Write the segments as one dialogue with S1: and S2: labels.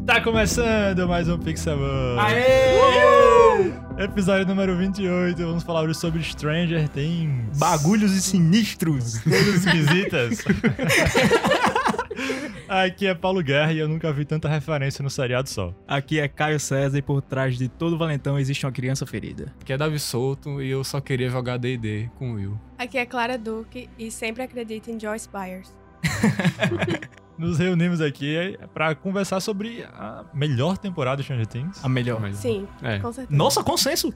S1: Está Tá começando mais um Pixelmon.
S2: Aê!
S1: Episódio número 28. Vamos falar hoje sobre Stranger Things.
S3: Bagulhos e sinistros.
S1: Coisas esquisitas. Aqui é Paulo Guerra e eu nunca vi tanta referência no seriado só.
S3: Aqui é Caio César e por trás de todo valentão existe uma criança ferida.
S2: Que é Davi Souto e eu só queria jogar D&D com o Will.
S4: Aqui é Clara Duque e sempre acredito em Joyce Byers.
S1: Nos reunimos aqui para conversar sobre a melhor temporada de Stranger Things.
S3: A melhor.
S2: Mas-
S4: Sim,
S2: É.
S4: com certeza.
S3: Nossa, consenso!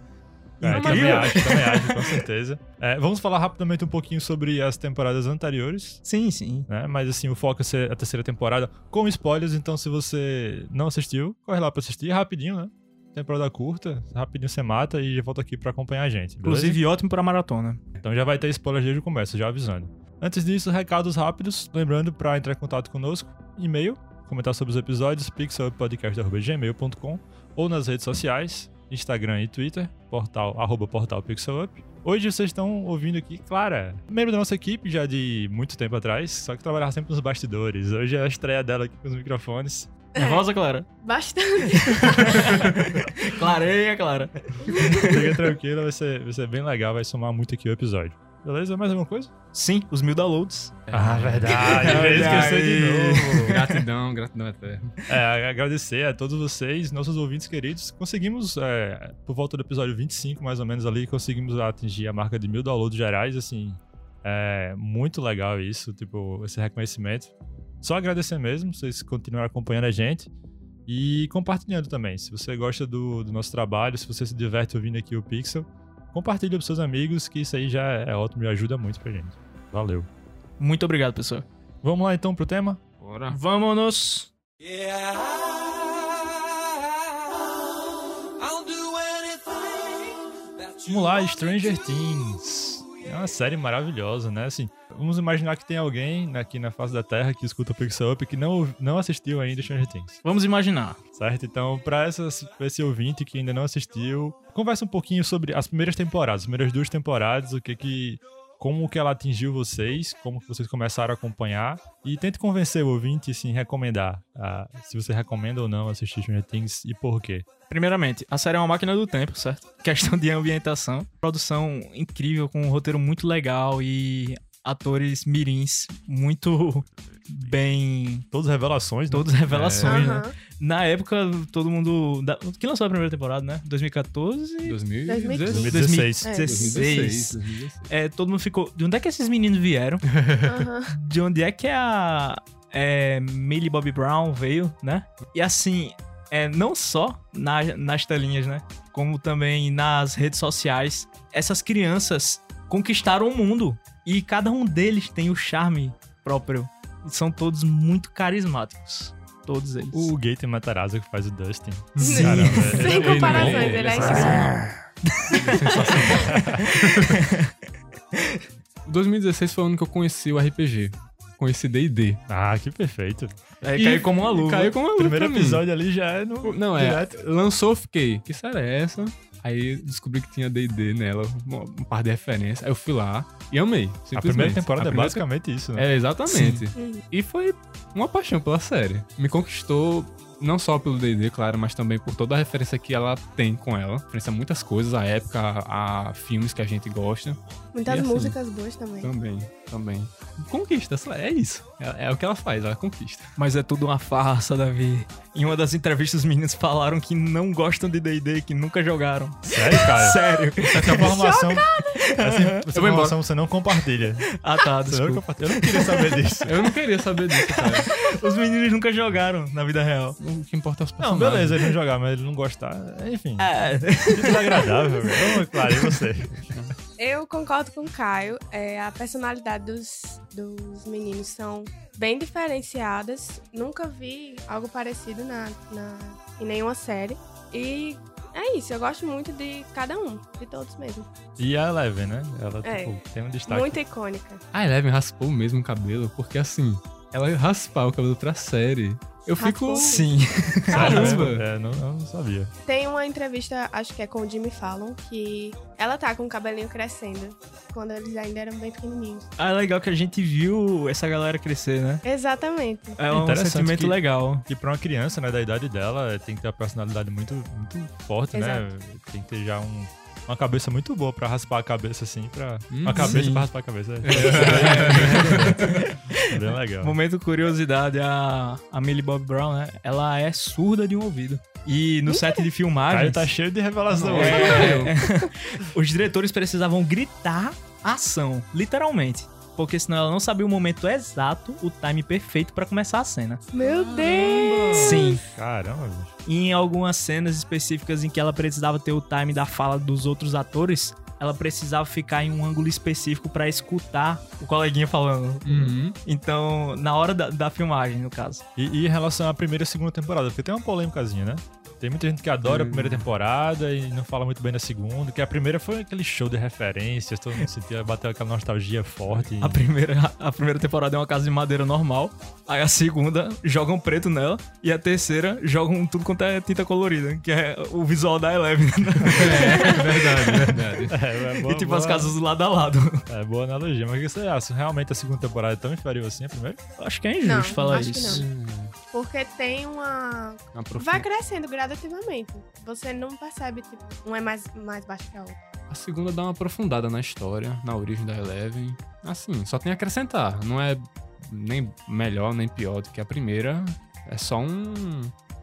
S1: É, também
S3: Incrível.
S1: acho, também acho, com certeza. É, vamos falar rapidamente um pouquinho sobre as temporadas anteriores.
S3: Sim, sim.
S1: né? Mas assim, o foco é ser a terceira temporada com spoilers, então se você não assistiu, corre lá pra assistir rapidinho, né? Temporada curta, rapidinho você mata e volta aqui pra acompanhar a gente. beleza?
S3: Inclusive, ótimo pra maratona.
S1: Então já vai ter spoilers desde o começo, já avisando. Antes disso, recados rápidos, lembrando pra entrar em contato conosco, e-mail, comentar sobre os episódios, pixelpodcast.gmail.com ou nas redes sociais, Instagram e Twitter, portal, arroba portal pixelup. Hoje vocês estão ouvindo aqui Clara, membro da nossa equipe já de muito tempo atrás, só que trabalhava sempre nos bastidores. Hoje é a estreia dela aqui com os microfones.
S3: Nervosa, É Clara?
S4: Bastante.
S3: Clareia, Clara.
S1: Fica tranquila, vai ser, vai ser bem legal, vai somar muito aqui o episódio. Beleza? Mais alguma coisa?
S3: Sim, os mil downloads.
S1: Ah, verdade.
S3: Olha
S1: Esqueceu
S3: aí.
S1: de novo.
S2: Gratidão, gratidão eterna.
S1: É, agradecer a todos vocês, nossos ouvintes queridos. Conseguimos, é, por volta do episódio 25, mais ou menos ali, conseguimos atingir a marca de mil downloads gerais, assim. É muito legal isso, tipo, esse reconhecimento. Só agradecer mesmo, vocês continuaram acompanhando a gente e compartilhando também. Se você gosta do, do nosso trabalho, se você se diverte ouvindo aqui o Pixel, compartilhe pros seus amigos, que isso aí já é ótimo e ajuda muito pra gente. Valeu.
S3: Muito obrigado, pessoal.
S1: Vamos lá então pro tema?
S2: Bora.
S3: Vamos!
S5: Yeah, I'll do anything that you
S1: Vamos lá,
S5: want
S1: Stranger
S5: me to.
S1: Things. É uma série maravilhosa, né? Assim, vamos imaginar que tem alguém né, aqui na face da Terra que escuta o Pixel Up que não, não assistiu ainda Stranger Things,
S3: Vamos imaginar.
S1: certo? Então, pra, essas- pra esse ouvinte que ainda não assistiu, conversa um pouquinho sobre as primeiras temporadas, as primeiras duas temporadas, o que que... Como que ela atingiu vocês, como que vocês começaram a acompanhar e tente convencer o ouvinte, assim, recomendar ah, se você recomenda ou não assistir Stranger Things e por quê.
S3: Primeiramente, a série é uma máquina do tempo, certo? Questão de ambientação. Produção incrível, com um roteiro muito legal e atores mirins muito bem.
S1: Todas revelações, né?
S3: Todas revelações, né?
S4: É. Aham.
S3: Na época, todo mundo. da- Que lançou a primeira temporada, né? 2014?
S2: 2016.
S4: 2016.
S1: 2016.
S3: 2016. É, todo mundo ficou. De onde é que esses meninos vieram?
S4: aham.
S3: De onde é que a é, Millie Bobby Brown veio, né? E assim, é, não só na- nas telinhas, né? Como também nas redes sociais. Essas crianças conquistaram o mundo. E cada um deles tem o charme próprio. E são todos muito carismáticos. Todos eles.
S1: O Gaten Matarazzo que faz o Dustin.
S3: Sim.
S1: Caramba,
S4: Sem
S2: Ele é
S4: comparações,
S2: bom,
S4: ele
S2: ele
S4: é
S2: é
S4: isso.
S2: 2016 foi o ano que eu conheci o RPG. Conheci D&D.
S1: Ah, que perfeito.
S3: É,
S2: E
S3: caiu como uma luva.
S2: Caiu como uma luva
S1: Primeiro
S2: pra mim.
S1: episódio ali já é no.
S2: Não, é.
S1: Direto.
S2: Lançou, eu fiquei. Que série é essa? Aí descobri que tinha D&D nela, uma, uma parte de referência. Aí eu fui lá e amei.
S1: A
S2: simplesmente.
S1: primeira temporada é
S2: A primeira
S1: basicamente isso, né?
S2: É, exatamente.
S4: Uhum.
S2: E foi uma paixão pela série. Me conquistou não só pelo D&D, claro, mas também por toda a referência que ela tem com ela. Referência a muitas coisas, a época, a, a filmes que a gente gosta.
S4: Muitas
S2: E assim?
S4: músicas boas também.
S2: Também, também. Conquista, essa- é isso. É, é o que ela faz, ela conquista.
S3: Mas é tudo uma farsa, Davi. Em uma das entrevistas, os meninos falaram que não gostam de D&D, que nunca jogaram.
S1: É. Sério, cara?
S3: Sério.
S1: Essa informação. Essa, essa
S2: Eu vou
S1: informação você não compartilha.
S3: Ah, tá,
S1: Você não
S3: desculpa.
S1: compartilha. Eu não queria saber disso.
S2: Eu não queria saber disso, cara.
S3: Os meninos nunca jogaram na vida real.
S2: O que importa é os
S1: Não,
S2: personagens.
S1: beleza, ele não jogar, mas ele não gostar. Enfim,
S3: É.
S1: desagradável. velho. Ô, Claro, e você?
S4: Eu concordo com o Caio. é, a personalidade dos, dos meninos são bem diferenciadas. Nunca vi algo parecido na, na- em nenhuma série. E é isso, eu gosto muito de cada um, de todos mesmo.
S2: Tá
S1: E a Eleven, né? Ela
S4: É.
S1: tipo, tem um destaque.
S4: Muito icônica.
S2: Ah, A Eleven raspou mesmo o cabelo, porque assim, ela ia raspar o cabelo pra série Eu fico.
S4: Raposo.
S3: Sim.
S1: Sério
S2: Caramba.
S1: mesmo? É, não, eu não sabia.
S4: Tem uma entrevista, acho que é com o Jimmy Fallon, que ela tá com o cabelinho crescendo, quando eles ainda eram bem pequenininhos.
S3: Ah, é legal que a gente viu essa galera crescer, né?
S4: Exatamente.
S3: É um
S1: Interessante
S3: sentimento
S1: que-
S3: legal.
S1: E pra uma criança, né, da idade dela, é, tem que ter uma personalidade muito, muito forte, né? Tem que ter já um- uma cabeça muito boa pra raspar a cabeça, assim, pra...
S3: Uhum.
S2: Hum,
S1: uma cabeça
S2: sim.
S1: pra raspar a cabeça. É. Bem legal.
S3: Momento curiosidade, a, a Millie Bob Brown, né? Ela é surda de um ouvido. E no set de filmagem,
S1: Caio tá cheio de revelação. hoje.
S2: É,
S3: os diretores precisavam gritar a ação, literalmente. Porque senão ela não sabia o momento exato, o time perfeito pra começar a cena.
S4: Meu Deus!
S3: Sim.
S1: Caramba, bicho.
S3: E em algumas cenas específicas em que ela precisava ter o time da fala dos outros atores, ela precisava ficar em um ângulo específico pra escutar o coleguinha falando.
S2: Uhum.
S3: Então, na hora da, da filmagem, no caso.
S1: E, e em relação à primeira e segunda temporada, porque tem uma polêmicazinha, né? Tem muita gente que adora a
S3: Hum.
S1: primeira temporada e não fala muito bem da segunda, que a primeira foi aquele show de referências, todo mundo sentia, bateu aquela nostalgia forte.
S3: A primeira, a primeira temporada é uma casa de madeira normal. Aí a segunda jogam preto nela. E a terceira jogam tudo quanto é tinta colorida, que é o visual da Eleven. né?
S2: É verdade, é verdade.
S1: É, é boa-
S3: e tipo
S1: boa-
S3: as casas lado a lado.
S1: É boa analogia, mas o que você acha? Realmente a segunda temporada é tão inferior assim a primeira?
S3: Acho que é injusto
S4: Não,
S3: falar
S4: acho que
S3: isso.
S4: Porque tem uma.
S2: Uma profi-
S4: Vai crescendo gradativamente. Você não percebe, tipo, um é mais, mais baixo que a outra.
S2: A segunda dá uma aprofundada na história, na origem da Eleven. Assim, só tem a acrescentar. Não é nem melhor, nem pior do que a primeira. É só um,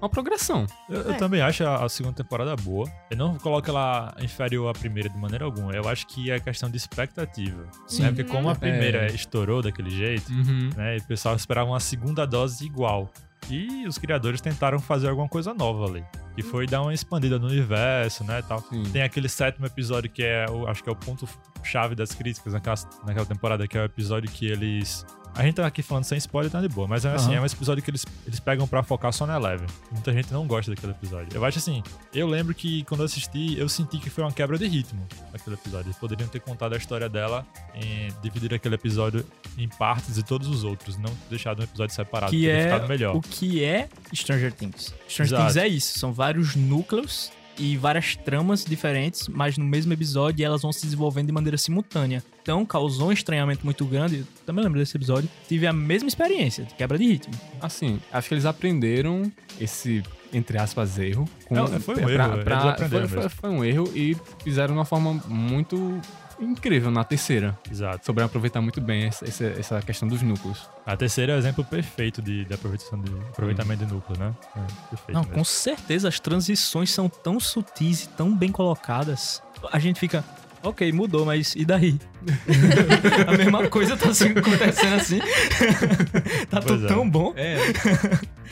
S2: uma progressão.
S1: Eu, eu
S4: É.
S1: também acho a, a segunda temporada boa. Eu não coloco ela inferior à primeira de maneira alguma. Eu acho que é questão de expectativa.
S2: Sim.
S1: Né? Porque como a primeira
S2: É.
S1: estourou daquele jeito,
S2: Uhum.
S1: né? E o pessoal esperava uma segunda dose igual. E os criadores tentaram fazer alguma coisa nova ali. Que
S2: Hum.
S1: foi dar uma expandida no universo, né? e Tal.
S2: Sim.
S1: Tem aquele sétimo episódio que é, o, acho que é o ponto chave das críticas naquela, naquela temporada, que é o episódio que eles. A gente tá aqui falando sem spoiler, tá de boa, mas é assim,
S3: Aham.
S1: é um episódio que eles, eles pegam pra focar só na Eleven. Muita gente não gosta daquele episódio. Eu acho assim, eu lembro que quando eu assisti, eu senti que foi uma quebra de ritmo aquele episódio. Eles poderiam ter contado a história dela, em, dividir aquele episódio em partes e todos os outros, não deixado um episódio separado,
S3: Que
S1: teria
S3: é
S1: ficado melhor.
S3: o que é Stranger Things. Stranger
S1: Exato.
S3: Things é isso. São vários núcleos e várias tramas diferentes, mas no mesmo episódio e elas vão se desenvolvendo de maneira simultânea. Então causou um estranhamento muito grande. Eu também lembro desse episódio. Tive a mesma experiência, de quebra de ritmo.
S2: Assim, acho que eles aprenderam esse, entre aspas, erro. com-
S1: Não, foi um erro, eles aprenderam
S2: foi, foi-
S1: mesmo.
S2: foi um erro e fizeram de uma forma muito incrível na terceira.
S1: Exato.
S2: Souberam aproveitar muito bem essa, essa- essa questão dos núcleos.
S1: A terceira é o exemplo perfeito de, de aproveitação de aproveitamento de núcleo, né? É, perfeito.
S3: Não,
S1: mesmo.
S3: com certeza as transições são tão sutis e tão bem colocadas. A gente fica, ok, mudou, mas e daí? a mesma coisa tá assim, acontecendo assim. tá
S1: Pois
S3: tudo
S1: é.
S3: tão bom.
S2: É,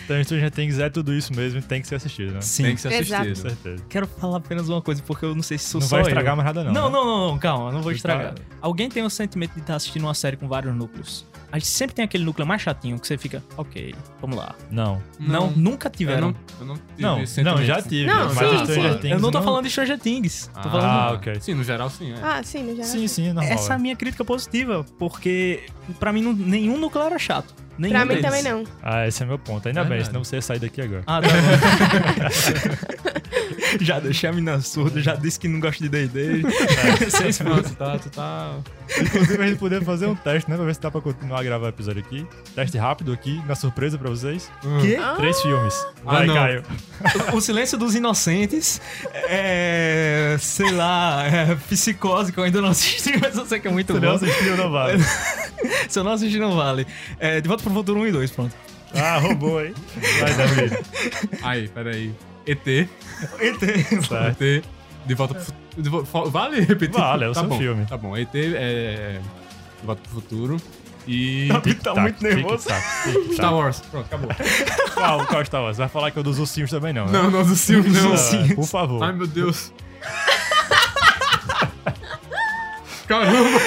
S1: Então Stranger Things é tudo isso mesmo e tem que ser assistido, né?
S3: Sim.
S2: tem que ser assistido.
S1: Com certeza.
S3: Quero falar apenas uma coisa, porque eu não sei se sou
S1: não
S3: só
S1: vai estragar
S3: eu.
S1: mais nada, não.
S3: não,
S1: né?
S3: não, não, não, calma, não vou
S1: Você
S3: estragar.
S1: tá-
S3: Alguém tem o sentimento de estar assistindo uma série com vários núcleos. A gente sempre tem aquele núcleo mais chatinho que você fica, ok, vamos lá.
S1: Não.
S3: Não, nunca
S2: eu
S3: tiveram.
S2: não, eu não tive
S1: Não,
S2: esse
S1: não,
S2: sentimento.
S1: já tive.
S4: Não,
S1: mas
S4: sim,
S1: o Stranger
S4: sim.
S1: Things
S3: eu não tô falando de Stranger Things. Tô falando
S1: Ah, ok.
S2: Sim, no geral sim, é.
S4: Ah, sim, no geral.
S1: Sim, sim, é normal.
S3: Essa é a minha crítica positiva, porque pra mim não- nenhum núcleo era chato. Nenhum
S4: Pra mim
S3: deles.
S4: também não.
S1: Ah, esse é meu ponto. Ainda bem,
S2: Verdade.
S1: senão você ia sair daqui agora.
S3: Ah, tá bom. já deixei a mina surda, já disse que não gosta de
S1: É.
S3: D&D. Vocês
S2: Não, tu tá, tu tá...
S1: Inclusive, a gente poderia fazer um teste, né? Pra ver se dá pra continuar a gravar o episódio aqui. Teste rápido aqui, na surpresa pra vocês.
S3: quê?
S4: Ah,
S1: Três filmes. Vai,
S2: não.
S1: Caio.
S3: O Silêncio dos Inocentes é, sei lá, é psicose que eu ainda não assisti, mas eu sei que é muito
S1: Você não
S3: bom.
S1: assistiu, não vale.
S3: Se eu não assistir, não vale. É, de volta pro futuro 1 e 2, pronto.
S1: Ah, roubou, hein? Vai, David.
S2: Aí, peraí. ET,
S1: Certo.
S2: ET, de volta pro futuro... de vo- fo- Vale repetir?
S1: Vale, é o
S2: tá
S1: seu
S2: bom,
S1: filme.
S2: Tá bom, ET é... De volta pro futuro e...
S1: Tá muito nervoso.
S2: Star Wars, pronto, acabou.
S1: Qual, qual Star Wars? Vai falar que é o dos ursinhos também, não, né?
S2: Não, não, do Silvio, não.
S1: é, Por favor.
S2: Ai, meu Deus. Caramba.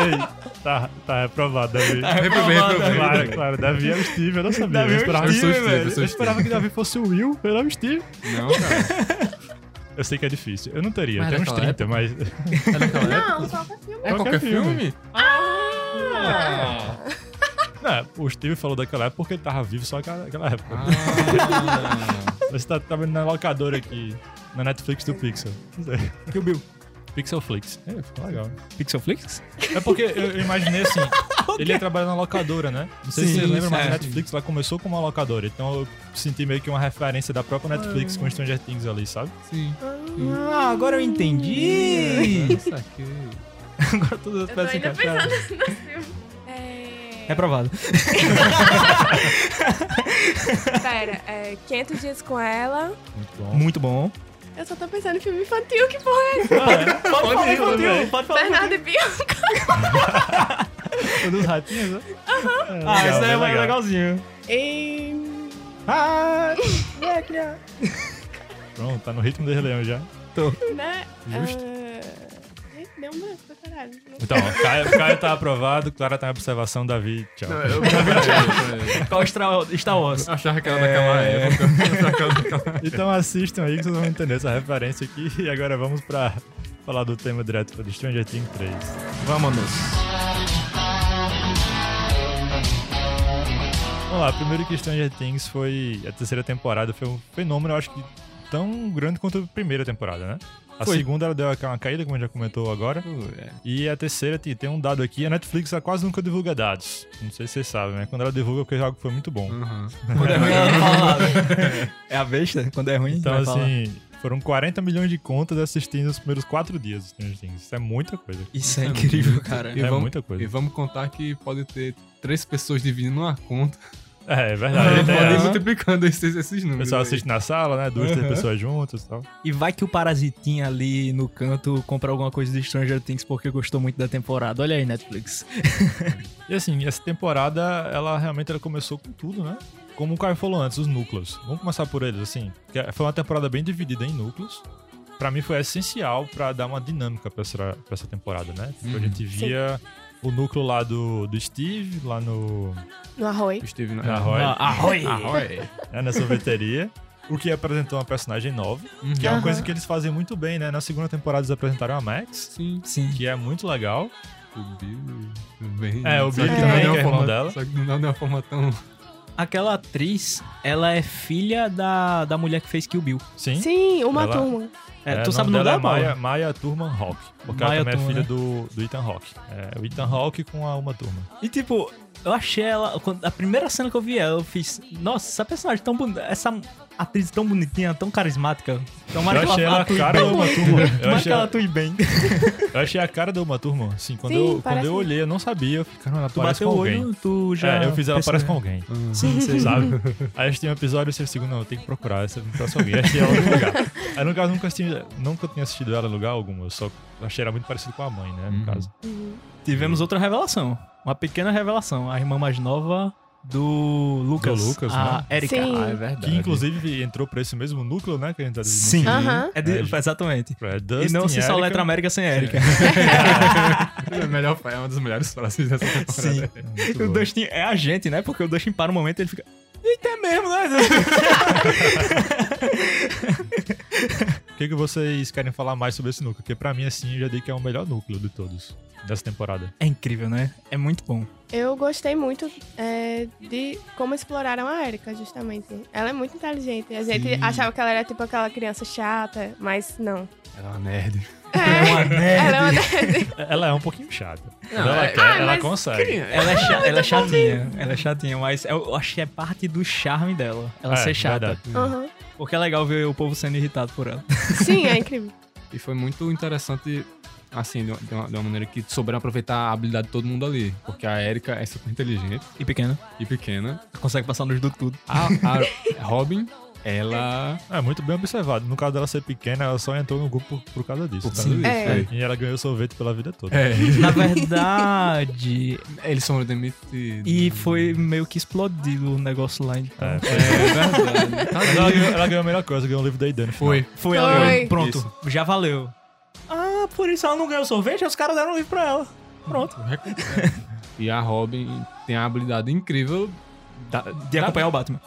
S1: Ei, tá, tá reprovado, Davi.
S2: Reprovei, reprovei.
S1: Claro, claro, Davi é o Steve, eu não sabia.
S3: Davi é
S1: eu
S3: o
S1: esperava,
S2: Eu sou
S3: Steve,
S2: Steve,
S3: velho.
S2: eu sou
S1: eu
S2: Steve.
S1: esperava que Davi fosse o Will, eu não o Steve.
S2: Não, cara.
S1: Eu sei que é difícil. Eu não teria,
S2: Mas
S1: eu tenho uns
S2: naquela
S1: 30, mas.
S2: É daquela época?
S4: Não, só pra filme.
S2: É qualquer
S1: Qualquer filme.
S2: filme? Ah!
S1: Não, o Steve falou daquela época porque ele tava vivo só aquela aquela época.
S2: Ah,
S1: Você tá, tá vendo na locadora aqui, na Netflix do Pixel.
S3: Que o Bill.
S1: Pixelflix. É, ficou legal.
S2: Pixelflix?
S1: É porque eu eu imaginei assim, ele ia trabalhar na locadora, né? Não sei se
S2: Sim, é.
S1: vocês lembram, mas a
S2: certo.
S1: Netflix ela começou como uma locadora. Então eu senti meio que uma referência da própria Netflix com Stranger Things ali, sabe?
S2: Sim.
S3: Ah, agora eu entendi.
S2: Isso aqui.
S3: agora todas as
S4: Eu tô
S3: peças se
S4: ainda
S3: encaixaram.
S4: pensando no filme. É,
S3: Reprovado.
S4: pera, é 500 dias com ela.
S1: Muito bom.
S3: Muito bom.
S4: Eu só tô pensando em filme infantil, que porra é essa?
S3: Pode falar
S1: ir,
S3: infantil,
S1: né?
S3: pode falar
S4: Bernardo e Bianca.
S3: infantil. dos ratinhos, né?
S1: É,
S3: Ah, isso daí é
S1: bem
S3: mais legalzinho.
S4: E...
S3: Ah,
S1: Pronto, tá no ritmo de Leão já.
S4: Né?
S1: Justo.
S4: ah, gente, Deu um branco pra caralho. Não
S1: Então, ó, Caio, Caio tá aprovado, Clara tá em observação, Davi, tchau.
S3: é. qual Stra- Star Wars?
S2: Eu achava que era daquela época.
S1: Então assistam aí que vocês vão entender essa referência aqui. E agora vamos pra falar do tema direto do Stranger Things 3.
S3: Vamos.
S1: Vamos lá, primeiro que Stranger Things foi. A terceira temporada foi um fenômeno, eu acho que tão grande quanto a primeira temporada, né? A
S3: Foi.
S1: segunda ela deu aquela caída, como a gente já comentou agora. E a terceira, tem tem um dado aqui, a Netflix ela quase nunca divulga dados. Não sei se vocês sabem, né? Quando ela divulga, é porque o jogo foi muito bom.
S2: Aham.
S3: Quando é ruim, ela fala. É a besta? Quando é ruim,
S1: Então,
S3: vai falar.
S1: assim, foram 40 milhões de contas assistindo os primeiros quatro dias do Stranger Things. Isso é muita coisa.
S3: Isso é incrível, cara.
S2: E
S1: É
S2: vamos-
S1: muita coisa.
S2: E vamos contar que pode ter três pessoas dividindo uma conta.
S1: É, é verdade.
S2: e
S1: Tem
S2: podem
S1: essa.
S2: multiplicando esses, esses
S1: O
S2: números.
S1: pessoal
S2: aí.
S1: assiste na sala, né? Duas, três
S2: Aham.
S1: pessoas juntas e tal.
S3: E vai que o parasitinha ali no canto compra alguma coisa de Stranger Things porque gostou muito da temporada. Olha aí, Netflix.
S1: E assim, essa temporada, ela realmente ela começou com tudo, né? Como o Caio falou antes, os núcleos. Vamos começar por eles, assim. que Foi uma temporada bem dividida em núcleos. Pra mim foi essencial pra dar uma dinâmica pra essa, pra essa temporada, né? Porque A gente via o núcleo lá do, do Steve, lá no,
S4: No arroz.
S2: Esteve na
S1: na Roy,
S3: Ah, Arroi!
S2: Arroy.
S1: né? na sorveteria. O que apresentou uma personagem nova, que é uma
S3: Uhum.
S4: Aham.
S1: coisa que eles fazem muito bem, né? Na segunda temporada eles apresentaram a Max,
S2: Sim.
S3: Sim.
S1: que é muito legal.
S2: O Bill também.
S1: É, o
S2: Só
S1: Bill
S2: que
S4: também,
S2: não
S4: que
S1: é
S2: uma
S1: irmão
S2: forma-
S1: dela.
S2: Só que não dá de uma forma tão.
S3: Aquela atriz, ela é filha da, da mulher que fez Kill Bill.
S1: Sim.
S4: Sim, uma
S1: Ela-
S4: turma.
S3: É,
S1: É,
S3: tu sabe o nome
S1: dela
S3: dela,
S1: é Maya, Maya Turman Hawk. Porque
S3: Maya
S1: ela também é
S3: Turman,
S1: filha
S3: né?
S1: do, do Ethan Hawk. É o Ethan Hawk com a Uma Turma.
S3: E tipo, eu achei ela. quando- A primeira cena que eu vi ela, eu fiz. Nossa, essa personagem tão bonita. Essa atriz tão bonitinha, tão carismática. Tomara
S1: Eu
S3: que
S1: achei ela a
S3: atue
S1: cara da
S3: bem.
S1: Uma Turma. Eu
S3: Tomara que
S1: achei,
S3: ela atue bem.
S1: eu achei a cara da Uma Turma. Assim, quando,
S4: Sim,
S1: eu, quando
S4: parece
S1: eu
S4: mesmo.
S1: olhei, eu não sabia. Eu fiquei, cara, ela
S3: Tu
S1: parece
S3: bateu
S1: com
S3: o
S1: alguém.
S3: olho, tu já. Ah.
S1: É, eu fiz ela parece com
S3: percebeu.
S1: alguém.
S3: Sim, sim.
S1: Sabe? Aí a gente tem um episódio e você fica, não, eu tenho que procurar, essa parece alguém. Achei ela em algum lugar. Aí no caso, eu nunca, assisti, nunca tinha assistido ela em lugar algum. Eu só achei ela muito parecida com a mãe, né? No
S2: Uhum.
S1: caso.
S3: Tivemos outra revelação. Uma pequena revelação. A irmã mais nova do Lucas.
S1: Do Lucas,
S3: a
S1: né?
S3: Erika.
S4: Sim. Ah, é
S2: verdade.
S1: Que inclusive entrou pra esse mesmo núcleo, né? Que a gente tá dizendo.
S3: Sim.
S4: Aham.
S3: É de- exatamente.
S1: É
S3: E
S1: Dustin, é
S3: não se só
S1: Erica.
S3: letra América sem Erika.
S2: É, a melhor, é uma das melhores frases dessa temporada.
S3: Sim.
S1: Muito
S3: O
S1: bom.
S3: Dustin é a gente, né? Porque o Dustin para um momento e ele fica. Eita, é mesmo, né?
S1: O que, que vocês querem falar mais sobre esse núcleo? Porque pra mim, assim, eu já dei que é o melhor núcleo de todos dessa temporada.
S3: É incrível, né? É muito bom.
S4: Eu gostei muito é, de como exploraram a Erika, justamente. Ela é muito inteligente. A gente
S2: Sim.
S4: achava que ela era tipo aquela criança chata, mas não.
S2: Ela é uma nerd.
S3: É uma
S4: Ela é uma
S3: nerd.
S1: Ela é um pouquinho chata. Quando
S2: Não,
S1: ela
S2: é-
S1: quer,
S4: Ah,
S1: ela
S4: mas
S1: consegue.
S3: Ela é, cha- ela é chatinha. Ela é chatinha, mas eu eu acho que é parte do charme dela. Ela
S1: É,
S3: ser chata.
S1: verdade.
S4: Aham.
S3: Porque é legal ver o povo sendo irritado por ela.
S4: Sim, é incrível.
S2: E foi muito interessante, assim, de uma, de uma- de uma maneira que souberam aproveitar a habilidade de todo mundo ali. Porque a Erika é super inteligente
S3: E pequena.
S2: e pequena.
S3: Consegue passar nos do tudo.
S2: A, a Robin, ela.
S1: É muito bem observado. No caso dela ser pequena, ela só entrou no grupo por, por causa disso.
S2: Por
S1: tá
S2: causa
S1: vendo?
S2: disso.
S4: É.
S2: é.
S1: E ela ganhou sorvete pela vida toda.
S2: É.
S3: Na verdade.
S2: Eles foram demitidos.
S3: E foi meio que explodido o negócio lá. Então.
S1: É, foi-
S2: É verdade.
S1: Mas
S2: Tadinho.
S1: ela, ganhou, ela ganhou a melhor coisa, ganhou um livro da Idana.
S2: Foi.
S3: Foi,
S4: ela Foi. ganhou.
S3: Pronto,
S2: Isso.
S3: já valeu. Ah, por isso ela não ganhou sorvete, os caras deram um livro pra ela. Pronto.
S2: E a Robin tem a habilidade incrível. Da,
S3: De
S1: Tá
S3: acompanhar o Batman.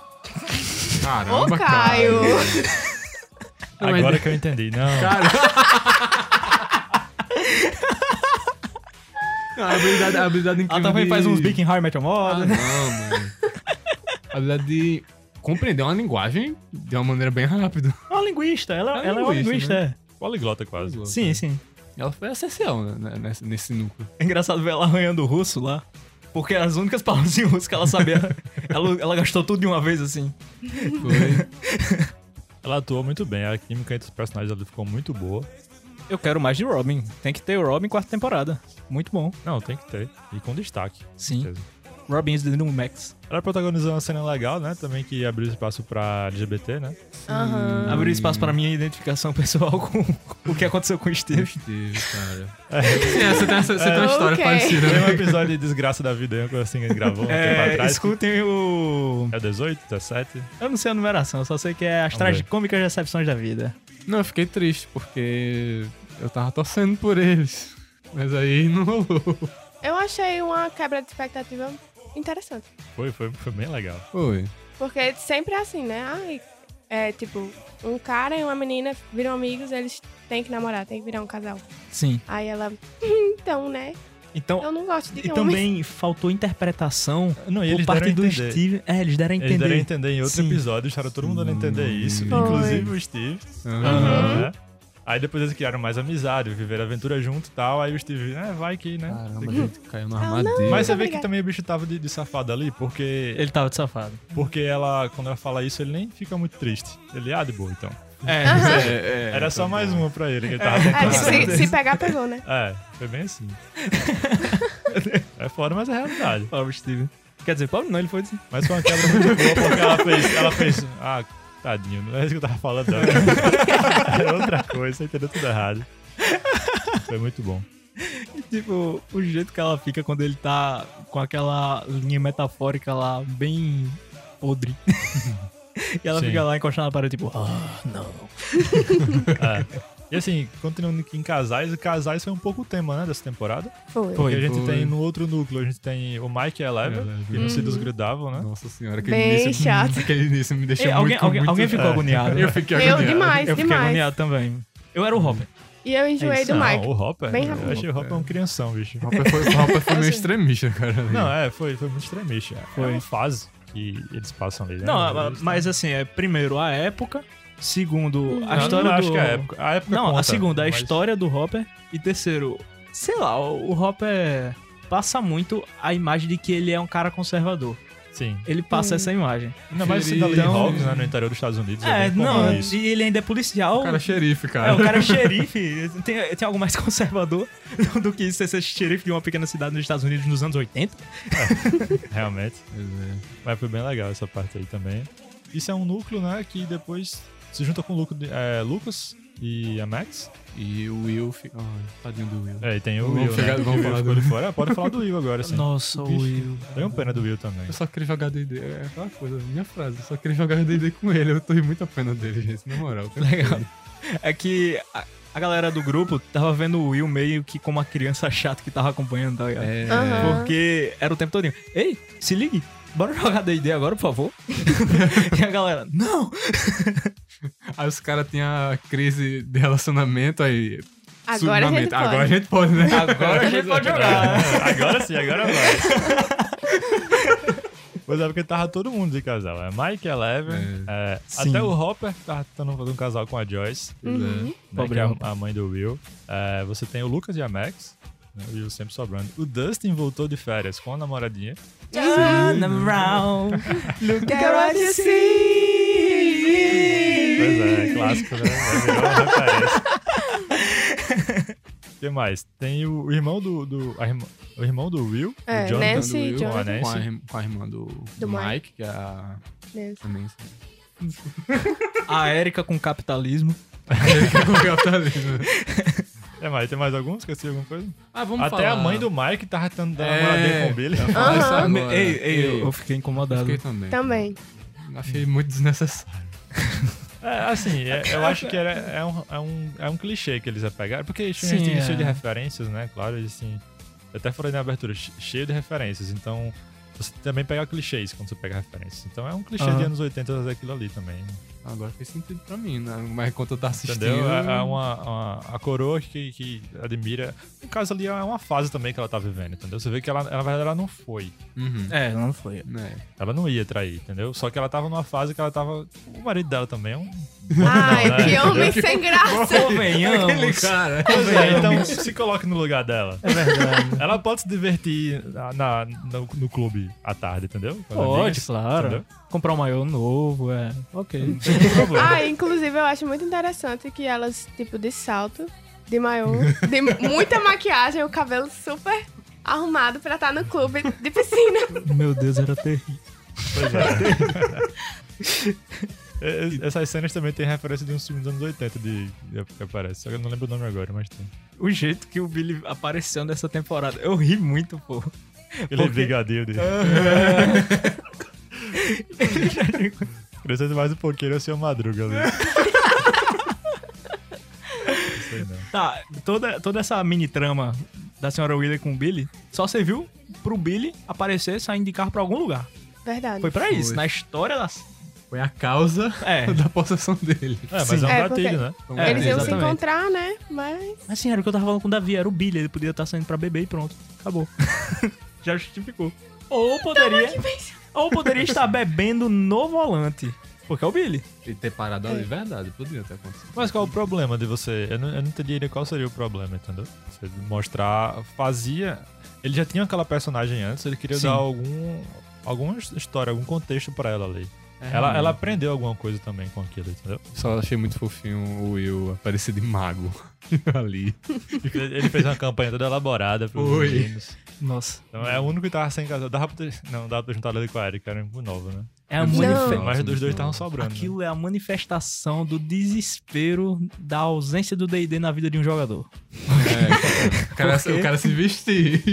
S4: Ô,
S2: Caramba,
S4: Caio!
S2: Mas-
S1: Agora que eu entendi. Não,
S2: Cara, Não, a habilidade, a habilidade incrível
S3: Ela também
S2: de-
S3: faz uns Big né? in High Metal
S2: Ah,
S3: Mod.
S2: não, mano. A habilidade de compreender uma linguagem de uma maneira bem rápida.
S3: É uma linguista, ela,
S2: É
S3: ela é uma
S2: linguista,
S3: linguista,
S1: Poliglota quase.
S3: é. Sim, sim.
S2: Ela foi essencial né, nesse, nesse núcleo.
S3: É engraçado ver ela arranhando o russo lá. Porque as únicas palavras em russo que ela sabia, ela, ela gastou tudo de uma vez, assim.
S2: Foi.
S1: Ela atuou muito bem, a química entre os personagens ali ficou muito boa.
S3: Eu quero mais de Robin. Tem que ter o Robin quarta temporada. Muito bom.
S1: Não, tem que ter. E com destaque. com
S3: Sim.
S1: certeza.
S3: Robin is the new Max.
S1: Ela protagonizou uma cena legal, né? Também que abriu espaço pra LGBT, né?
S4: Aham.
S3: Abriu espaço para minha identificação pessoal com com o que aconteceu com o Steve.
S2: Teve, cara. Sim, é, você tem, essa- você tem uma história
S4: Ok.
S2: parecida,
S1: Tem um
S2: né?
S1: episódio de Desgraça da Vida, aí, uma coisa assim que a gente gravou um tempo
S3: É,
S1: atrás.
S3: escutem o.
S1: É 18, 17?
S3: Eu não sei a numeração, eu só sei que é as
S1: Vamos ver.
S3: tragicômicas recepções da vida.
S2: Não, eu fiquei triste porque eu tava torcendo por eles. Mas aí não rolou.
S4: Eu achei uma quebra de expectativa interessante.
S1: Foi, foi, foi bem legal.
S2: Foi.
S4: Porque sempre é assim, né? Ai, é tipo, um cara e uma menina viram amigos, eles têm que namorar, têm que virar um casal.
S3: Sim.
S4: Aí ela, então, né?
S3: Então,
S4: Eu não é gosto
S3: e
S4: de homens.
S3: também faltou interpretação
S1: Não, e
S3: por
S1: eles
S3: parte
S1: deram a
S3: do
S1: entender.
S3: Steve. É, eles deram a entender.
S1: Eles deram a entender em outro
S3: Sim.
S1: episódio, deixaram todo mundo a entender isso,
S4: Foi.
S1: inclusive o Steve.
S2: Ah,
S1: né? Aí depois eles criaram mais amizade, viveram aventura junto e tal. Aí o Steve, é, vai que, né?
S2: Caramba, a gente caiu na
S4: Ah, não.
S2: armadilha.
S1: Mas você vê
S4: obrigada.
S1: que também o bicho tava de, de safado ali, porque,
S3: Ele tava de safado.
S1: porque ela, quando ela fala isso, ele nem fica muito triste. Ele, ah, de boa, então.
S3: É,
S2: É, é,
S1: Era só mais uma pra ele que ele tava
S4: É,
S1: tentando.
S4: tipo, se, se pegar, pegou, né?
S1: É, foi bem assim. é foda, mas é a realidade.
S3: pobre Steve. Quer dizer, pobre não, ele foi. des-
S1: Mas foi uma quebra muito boa, porque ela fez. Ela fez. Ah, tadinho, não é isso que eu tava falando. não. Era outra coisa, você entendeu tudo errado. Foi muito bom.
S3: Tipo, o jeito que ela fica quando ele tá com aquela linha metafórica lá, bem podre. e ela
S1: Sim.
S3: fica lá encostada na parede, tipo, ah, não.
S1: É. E assim, continuando aqui em casais, o casais foi um pouco o tema, né, dessa temporada.
S4: Foi.
S1: Porque a gente
S2: foi.
S1: tem no outro núcleo, a gente tem o Mike e a Eleven,
S2: Eleven.
S3: É,
S1: que não se desgrudavam, né?
S2: Nossa senhora, aquele
S4: Bem
S2: início.
S4: chato.
S2: Aquele início me deixou
S3: É, alguém,
S2: muito,
S3: alguém,
S2: muito-
S3: alguém ficou
S1: É.
S3: agoniado.
S2: Eu fiquei
S4: Eu
S2: agoniado.
S4: demais,
S3: Eu fiquei
S4: demais.
S3: agoniado é também. Eu era o Robert.
S1: Hum.
S4: E eu enjoei do
S1: Não,
S4: Mike.
S1: Ah, o Hopper.
S4: Bem
S1: eu
S4: rápido.
S1: achei o Hopper um crianção, bicho.
S2: O Hopper foi, o Hopper foi meio extremista, cara. ali.
S1: Não, é, foi, foi muito extremista. Foi
S3: Foi.
S1: é uma fase que eles passam ali, né?
S3: Não,
S1: Às
S3: a-
S1: vezes,
S3: mas
S1: né?
S3: assim, é primeiro a época, segundo a
S1: Não,
S3: história
S1: não
S3: do
S1: acho que é a época. A época
S3: Não,
S1: conta,
S3: a segunda a
S1: mas-
S3: história do Hopper e terceiro, sei lá, o o Hopper passa muito a imagem de que ele é um cara conservador.
S1: Sim.
S3: Ele passa essa imagem.
S1: Ainda mais sendo
S2: Então-
S1: ali em Hawks, né, no interior dos Estados Unidos. É,
S3: É,
S1: bem comum
S3: não,
S1: isso.
S3: e ele ainda é policial.
S2: O cara é xerife, cara.
S3: é, o cara é xerife. Tem, tem algo mais conservador do que isso, ser xerife de uma pequena cidade nos Estados Unidos nos anos 80?
S1: Realmente.
S2: Pois é.
S1: Mas foi bem legal essa parte aí também. Isso é um núcleo, né, que depois se junta com o Luco- é, Lucas e a Max.
S2: é. E o Will fica. Ah, tadinho do Will.
S1: É, e tem o
S2: Vamos
S1: Will, né?
S2: chegar-
S1: que o
S2: vamos
S1: Will
S2: falar
S1: ficou
S2: do-
S1: de fora. Pode falar do Will agora, sim.
S3: Nossa,
S2: o bicho.
S3: Will.
S1: Tenho pena do Will também.
S2: Eu só queria jogar DD. É aquela coisa, minha frase. Eu só queria jogar DD com ele. Eu tô muita pena dele, gente, na moral.
S3: Legal. É que a, a galera do grupo tava vendo o Will meio que como uma criança chata que tava acompanhando, tá ligado?
S2: É.
S4: Aham.
S3: Porque era o tempo todinho. Ei, se ligue, bora jogar D&D agora, por favor. e a galera, não!
S2: Aí os caras tinham a crise de relacionamento aí.
S4: Agora a gente
S2: sudamente,
S4: pode.
S2: Agora a gente pode, né?
S3: Agora a gente pode jogar.
S1: Agora sim, agora vai. Pois é, porque tava todo mundo de casal. É Mike, Eleven, é,
S3: Sim.
S1: até o Hopper que tava tentando fazer um casal com a Joyce,
S4: Uhum.
S1: né,
S3: Pobre
S1: que é a-
S3: Hopper.
S1: a mãe do Will. É, você tem o Lucas e a Max, né, o Will sempre sobrando. O Dustin voltou de férias com a namoradinha.
S3: Turn around, look at what you
S1: Pois
S3: see.
S1: é, é clássico, né? É virou uma referência. O que mais? Tem o, o irmão do. do a irmã- o irmão do Will,
S4: É,
S1: o Jonathan.
S4: Nancy
S2: Do
S4: e
S2: Will,
S1: Jonathan.
S2: Com, a, irm- com a irmã do, do
S4: Mike.
S2: Mike, que é a.
S4: Mesmo.
S2: a Nancy.
S3: A Erika com capitalismo.
S2: Ele fica com o capitalismo.
S1: É, mas tem mais algum? Esqueci alguma coisa?
S2: Ah, vamos
S1: Até a mãe do Mike tava tentando dar
S2: É.
S1: namoradinha com o Billy.
S2: Fala isso
S4: Aham.
S2: agora.
S3: Ei, ei, eu,
S2: eu
S3: eu fiquei incomodado.
S2: fiquei também.
S4: Também.
S2: Achei muito desnecessário.
S1: É, assim, é- eu acho que era, é, um, é, um, é um clichê que eles apegaram, porque Stranger
S3: Sim,
S1: Things é
S3: é.
S1: cheio de referências, né? Claro, e assim. Eu até falei na abertura, che- cheio de referências. Então, você também pega clichês quando você pega referências. Então é um clichê
S3: Aham.
S1: de anos 80 daquilo ali também. né?
S2: Agora fez sentido pra mim, né? Mas enquanto eu tava assistindo.
S1: Entendeu? É, é uma, uma- a coroa que, que admira. No caso ali, é uma fase também que ela tá vivendo, entendeu? Você vê que ela, ela, na verdade, ela não foi.
S2: Uhum.
S3: É, não foi.
S2: É.
S1: Ela não ia trair, entendeu? Só que ela tava numa fase que ela tava. O marido dela também é um.
S4: Ai,
S1: né?
S4: que homem sem graça.
S3: Convenhamos.
S2: cara.
S1: Pois é,
S3: Convenhamos.
S1: então se coloque no lugar dela.
S3: É verdade.
S1: Ela pode se divertir na, na- no, no clube à tarde, entendeu? Com as
S3: Pode,
S1: amigas,
S3: claro.
S1: entendeu?
S3: Comprar um maiô novo, é. Ok.
S4: Ah, inclusive eu acho muito interessante que elas, tipo, de salto, de maiô, de muita maquiagem, o cabelo super arrumado pra estar no clube de piscina.
S3: Meu Deus, era terrível.
S1: Pois é. É, Essas cenas também tem referência de uns filmes dos anos 80 de, de- que aparece. Só que eu não lembro o nome agora, mas tem.
S3: O jeito que o Billy apareceu nessa temporada. Eu ri muito, pô.
S1: Ele é
S3: Porque-
S1: brigadeiro dele. Crescendo mais um pouquinho, eu sou madruga né? ali. Não sei não. É,
S3: Tá, toda, toda essa mini trama da senhora Wheeler com o Billy só serviu pro Billy aparecer saindo de carro pra algum lugar.
S4: Verdade.
S3: Foi pra isso.
S2: Foi.
S3: Na história da.
S2: Foi a causa
S3: É.
S2: da possessão dele.
S1: É, mas
S3: Sim.
S1: é um
S4: É,
S1: gatilho, né?
S2: Então,
S3: É,
S4: Eles iam
S3: exatamente.
S4: se encontrar, né? Mas.
S3: Assim, era o que eu tava falando com o Davi, era o Billy, ele podia estar saindo pra beber e pronto. Acabou. Já justificou. Ou poderia. Ou poderia estar bebendo no volante. Porque é o Billy.
S2: E ter parado
S4: É.
S2: ali, verdade, podia ter acontecido.
S1: Mas qual é o problema de você? Eu não, eu não entendi ainda qual seria o problema, entendeu? Você mostrar. Fazia. Ele já tinha aquela personagem antes, ele queria
S3: Sim.
S1: dar algum. alguma história, algum contexto pra ela ali.
S3: É.
S1: Ela, ela aprendeu alguma coisa também com aquilo, entendeu?
S2: Só achei muito fofinho o Will aparecer de mago ali.
S1: Ele fez uma campanha toda elaborada pros
S2: Oi.
S1: meninos.
S3: Nossa.
S1: Então é o único que tava sem casal. Dava pra ter... Não, dava pra juntar ele com a Erika, era um novo, né?
S3: É a
S2: Não.
S3: manifestação.
S1: Mas dos dois
S2: Nossa,
S1: estavam sobrando. né?
S3: Aquilo é a manifestação do desespero da ausência do DD na vida de um jogador.
S2: É, o, cara,
S3: Por quê?
S2: o cara se vestir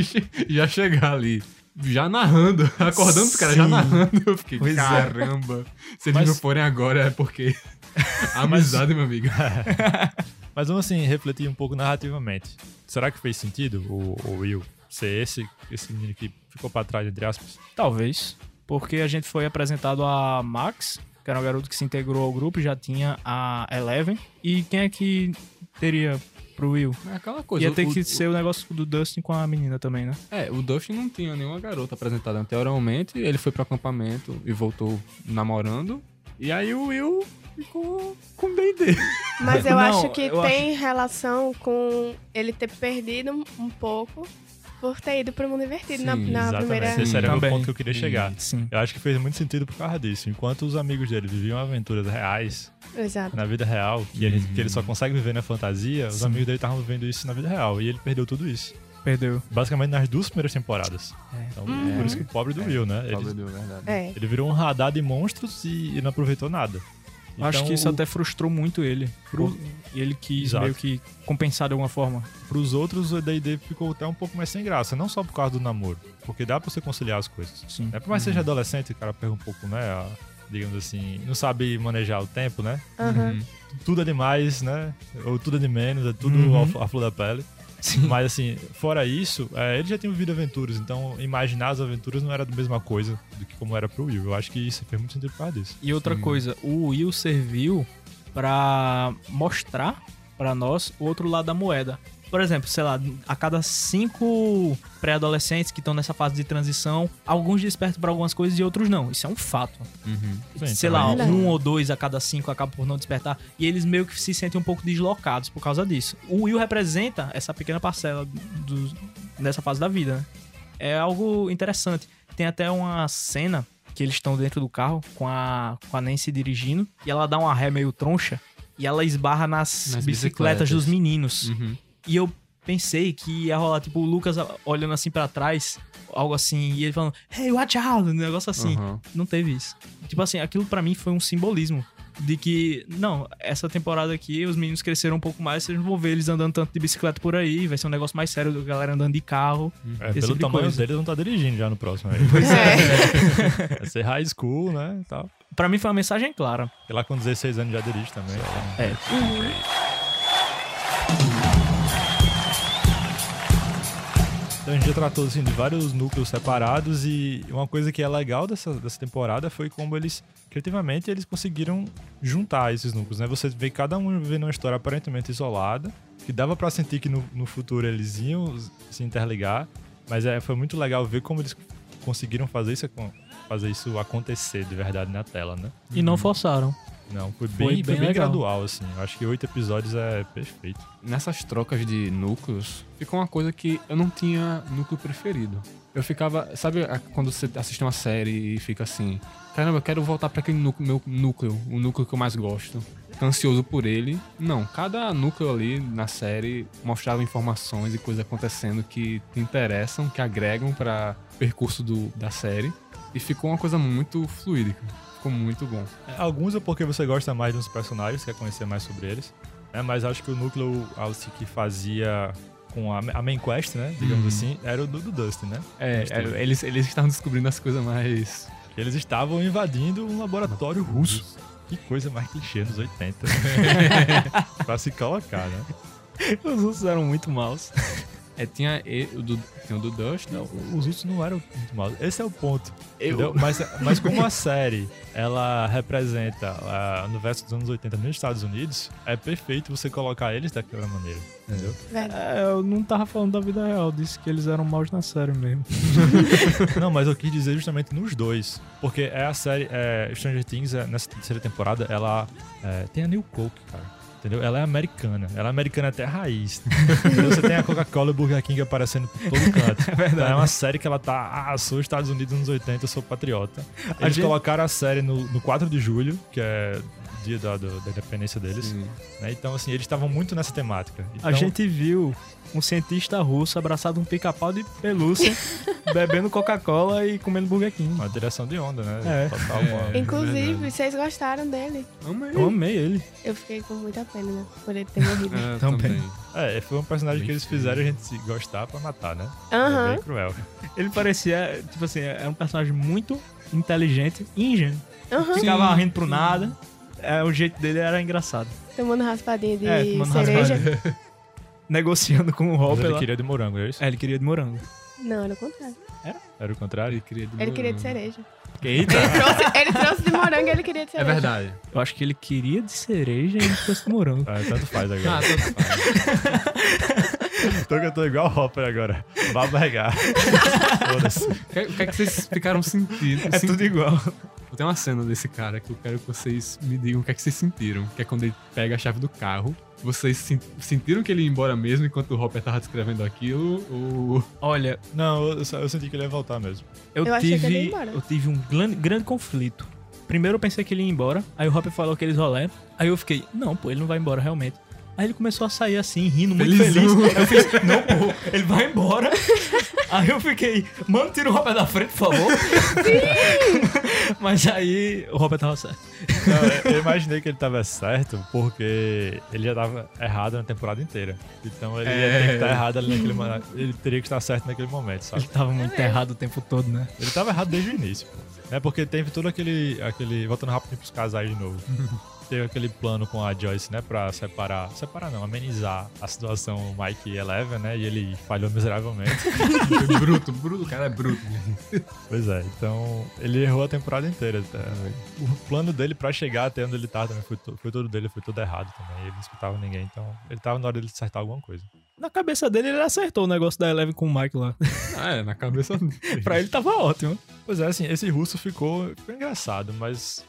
S2: e já chegar ali. Já narrando, acordando os caras, já
S3: Sim.
S2: narrando. Eu fiquei,
S3: Pois é.
S2: caramba. Se eles
S1: Mas-
S2: não forem agora é porque. A amizade, meu amigo.
S1: Mas vamos assim, refletir um pouco narrativamente. Será que fez sentido o, o Will ser esse, esse menino que ficou pra trás, entre aspas?
S3: Talvez. Porque a gente foi apresentado a Max, que era um garoto que se integrou ao grupo, já tinha a Eleven. E quem é que teria pro Will?
S2: É aquela coisa.
S3: Ia
S2: o-
S3: ter
S2: o-
S3: que
S2: o-
S3: ser o negócio do Dustin com a menina também, né?
S2: É, o Duff não tinha nenhuma garota apresentada anteriormente, ele foi pro acampamento e voltou namorando. E aí o Will ficou com D&D.
S4: Mas eu
S3: Não,
S4: acho que
S3: eu
S4: tem relação com ele ter perdido um- um pouco por ter ido pro mundo invertido na,
S2: Sim,
S4: na
S1: Exatamente.
S4: primeira.
S1: Esse era
S3: Também.
S1: o ponto que eu queria chegar.
S3: Sim.
S1: Eu acho que fez muito sentido por causa disso. Enquanto os amigos dele viviam aventuras reais
S4: Exato.
S1: na vida real, que, ele, que ele só consegue viver na fantasia, os
S3: Uhum. Sim.
S1: amigos dele estavam vivendo isso na vida real. E ele perdeu tudo isso.
S3: Perdeu.
S1: Basicamente nas duas primeiras temporadas.
S3: É.
S1: Então,
S4: Uhum.
S1: por isso que o pobre do
S2: É,
S1: Will, né?
S2: Pobre
S1: Ele,
S2: do, verdade.
S4: É.
S1: ele virou um radar de monstros e, e não aproveitou nada.
S3: Eu Acho
S1: Então,
S3: que isso
S1: o-
S3: até frustrou muito ele.
S1: Pro-
S3: E ele quis
S1: Exato.
S3: meio que compensar de alguma forma.
S1: Pros outros, o D&D ficou até um pouco mais sem graça. Não só por causa do namoro, porque dá pra você conciliar as coisas.
S3: Sim.
S1: Né? Por mais que seja adolescente, o cara pega um pouco, né? a- digamos assim, não sabe manejar o tempo, né?
S4: Aham.
S1: Tudo é demais, né? Ou tudo é de menos, é tudo
S3: Uhum.
S1: ao fl- à flor da pele. Mas assim, fora isso, é, ele já tinha vivido aventuras, então imaginar as aventuras não era a mesma coisa do que como era pro Will. Eu acho que isso fez muito sentido por causa disso.
S3: E outra coisa, o Will serviu pra mostrar pra nós o outro lado da moeda. Por exemplo, sei lá, a cada cinco pré-adolescentes que estão nessa fase de transição, alguns despertam pra algumas coisas e outros não. Isso é um fato.
S2: Uhum.
S1: Sim, também.
S3: sei lá,
S4: Verdade.
S3: um ou dois a cada cinco acabam por não despertar. E eles meio que se sentem um pouco deslocados por causa disso. O Will representa essa pequena parcela do, nessa fase da vida, né? É algo interessante. Tem até uma cena que eles estão dentro do carro com a, com a Nancy dirigindo e ela dá uma ré meio troncha e ela esbarra nas, bicicletas,
S2: Nas bicicletas.
S3: dos meninos.
S2: Uhum.
S3: E eu pensei que ia rolar, tipo, o Lucas olhando assim pra trás, algo assim, e ele falando, hey, watch out, um negócio assim.
S2: Uhum.
S3: Não teve isso. Tipo assim, aquilo pra mim foi um simbolismo de que, não, essa temporada aqui os meninos cresceram um pouco mais, vocês não vão ver eles andando tanto de bicicleta por aí, vai ser um negócio mais sério, a galera andando de carro.
S1: É, pelo
S3: Esse tipo de
S1: tamanho
S3: coisa.
S1: dele, não tá dirigindo já no próximo aí.
S4: É.
S1: Vai ser high school, né? e Tal.
S3: Pra mim foi uma mensagem clara.
S1: Porque lá com 16 anos já dirige também. então.
S3: É.
S1: Então a gente já tratou assim, de vários núcleos separados e uma coisa que é legal dessa, dessa temporada foi como eles, criativamente, eles conseguiram juntar esses núcleos, né? Você vê cada um vivendo uma história aparentemente isolada, que dava pra sentir que no, no futuro eles iam se interligar, mas é, foi muito legal ver como eles conseguiram fazer isso, acon- fazer isso acontecer de verdade na tela, né?
S3: E não forçaram.
S1: Não, foi bem,
S3: Foi
S1: foi
S3: bem
S1: bem
S3: legal.
S1: gradual, assim. Eu acho que oito episódios é perfeito.
S2: nessas trocas de núcleos, ficou uma coisa que eu não tinha núcleo preferido. Eu ficava, sabe a- quando você assiste uma série e fica assim, caramba, eu quero voltar pra aquele núcleo, meu núcleo, o núcleo que eu mais gosto. Tô ansioso por ele. Não, cada núcleo ali na série mostrava informações e coisas acontecendo que te interessam, que agregam pra percurso do, da série. E ficou uma coisa muito fluídica. Ficou muito bom.
S1: Alguns é porque você gosta mais dos personagens, quer conhecer mais sobre eles. Né? Mas acho que o núcleo assim, que fazia com a, a main quest, né? Digamos
S2: Uhum.
S1: assim, era o do, do Dustin, né?
S2: É, é, eles, eles estavam descobrindo as coisas mais
S1: Eles estavam invadindo um laboratório russo. Que coisa mais clichê nos 80. pra se colocar, né?
S6: Os russos eram muito maus.
S2: É, tinha e- o do, tinha o do Dust. né?
S1: Não, os russos não eram muito maus. Esse é o ponto. entendeu? Mas, mas como a série ela representa ah, o universo dos anos 80 nos Estados Unidos, é perfeito você colocar eles daquela maneira. Entendeu?
S4: Velho.
S3: É, eu não tava falando da vida real, disse que eles eram maus na série mesmo.
S1: Não, mas eu quis dizer justamente nos dois. Porque é a série. é, Stranger Things, é, nessa terceira temporada, ela é, tem a New Coke, cara. Entendeu? Ela é americana. Ela é americana até a raiz. Entendeu? Você tem a Coca-Cola e o Burger King aparecendo por todo canto. É verdade. é uma série que ela tá. Ah, sou Estados Unidos nos 80, eu sou patriota.
S6: A
S1: Eles
S6: gente-
S1: colocaram a série no, no 4 de julho, que é dia da, do- da independência deles.
S2: Sim.
S1: né? Então, assim, eles estavam muito nessa temática. Então,
S3: A gente viu um cientista russo abraçado um pica-pau de pelúcia, bebendo Coca-Cola e comendo Burger King.
S1: Uma direção de onda, né?
S3: É.
S1: Total,
S2: É.
S4: Inclusive,
S2: verdade.
S4: vocês gostaram dele.
S2: Amei.
S3: Eu amei ele.
S4: Eu fiquei com muita pena né, por ele ter morrido.
S2: É,
S3: Ah, Também.
S2: também.
S1: É, foi um personagem
S2: Bem
S1: que eles fizeram a gente se gostar pra matar, né? É
S4: Aham.
S1: bem cruel.
S3: Ele parecia, tipo assim, era um personagem muito inteligente e ingênuo.
S4: Aham.
S3: Ficava rindo pro nada. É, o jeito dele era engraçado.
S4: Tomando raspadinha de
S3: É, tomando
S4: cereja.
S3: raspadinha. Negociando com o
S1: Mas
S3: Hopper
S1: ele
S3: lá.
S1: queria de morango, é isso?
S3: É, ele queria de morango.
S4: Não, era o contrário.
S1: Era o contrário?
S2: Ele queria de
S4: Ele queria de
S2: morango.
S4: cereja.
S3: Eita.
S4: Ele trouxe, ele trouxe de morango ele queria de
S2: É
S4: cereja.
S2: verdade.
S3: Eu acho que ele queria de cereja e ele trouxe de morango.
S1: Ah, tanto faz
S2: Ah,
S1: agora.
S2: tanto faz.
S1: Então que eu tô igual o Hopper agora. Babarregar. Foda-se.
S2: O que- O que é que vocês ficaram sentindo?
S3: É tudo igual.
S2: Tem uma cena desse cara que eu quero que vocês me digam o que é que vocês sentiram. Que é quando ele pega a chave do carro. Vocês sen- sentiram que ele ia embora mesmo enquanto o Hopper tava descrevendo aquilo? Ou.
S3: Olha,
S1: Não, eu, eu senti que ele ia voltar mesmo.
S3: eu,
S4: Eu achei que ele ia
S3: tive.
S4: embora.
S3: Eu tive um gran- grande conflito. Primeiro eu pensei que ele ia embora, aí o Hopper falou aqueles rolé. Aí eu fiquei, não, pô, ele não vai embora realmente. Aí ele começou a sair assim, rindo, muito
S2: Felizão.
S3: feliz. Aí eu fiz, não, pô, ele vai embora. Aí eu fiquei, mano, tira o Hopper da frente, por favor. Mas aí o Hopper tava certo.
S1: Não, eu imaginei que ele tava certo porque ele já tava errado na temporada inteira. Então ele ia ter que estar errado ali naquele momento. Ele teria que estar certo naquele momento, sabe?
S3: Ele tava muito errado o tempo todo, né?
S1: Ele tava errado desde o início. pô. Né? Porque teve todo aquele, aquele. Voltando rápido pros casais de novo. teve aquele plano com a Joyce, né? Pra separar. Separar não, amenizar a situação Mike e Eleven, né? E ele falhou miseravelmente.
S2: Foi bruto, bruto. O cara é bruto.
S1: pois é, então. Ele errou a temporada inteira. tá? O plano dele pra chegar até onde ele tá também foi, to- foi todo dele, foi todo errado também. Ele não escutava ninguém, então. Ele tava na hora dele acertar alguma coisa.
S3: Na cabeça dele, ele acertou o negócio da Eleven com o Mike lá.
S2: Ah, é, na cabeça dele.
S3: pra ele tava ótimo.
S1: Pois é, assim, esse russo ficou, ficou engraçado, mas.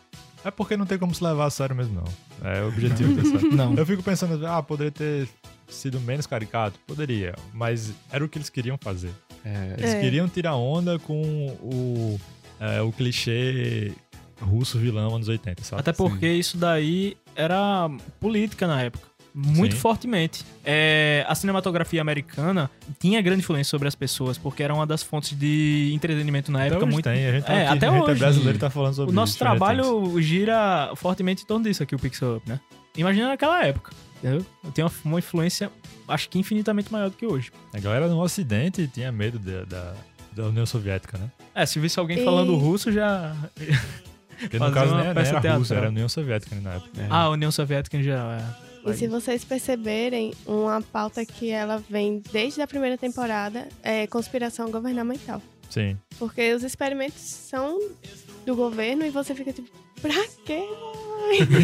S1: É porque não tem como se levar a sério mesmo, não. É o objetivo dessa.
S3: Não.
S1: Eu fico pensando, ah, poderia ter sido menos caricato? Poderia, mas era o que eles queriam fazer.
S2: É,
S1: Eles
S4: É.
S1: queriam tirar onda com o, é, o clichê russo vilão anos 80, sabe?
S3: Até porque isso daí era política na época. Muito
S1: Sim.
S3: fortemente. É, a cinematografia americana tinha grande influência sobre as pessoas, porque era uma das fontes de entretenimento na
S1: até
S3: época
S1: hoje
S3: muito.
S1: tem, a gente, tá
S3: É,
S1: aqui,
S3: até
S1: a gente é
S3: hoje.
S1: brasileiro e tá falando sobre né,
S3: O nosso
S1: Stranger Things.
S3: trabalho gira fortemente em torno disso aqui, o Pixel Up, né? Imagina naquela época. Entendeu? Tem uma, uma influência, acho que infinitamente maior do que hoje.
S1: A galera no Ocidente tinha medo de- da, da União Soviética, né?
S3: É, se visse alguém
S4: E-
S3: falando russo, já.
S1: Porque no
S3: Fazer
S1: caso
S3: uma
S1: nem, nem
S3: peça
S1: era russa,
S3: teatral.
S1: era a União Soviética né, na época.
S3: Ah, a União Ah, Soviética em geral, é.
S4: E se vocês perceberem, uma pauta que ela vem desde a primeira temporada é conspiração governamental.
S1: Sim.
S4: Porque os experimentos são do governo e você fica tipo, pra quê?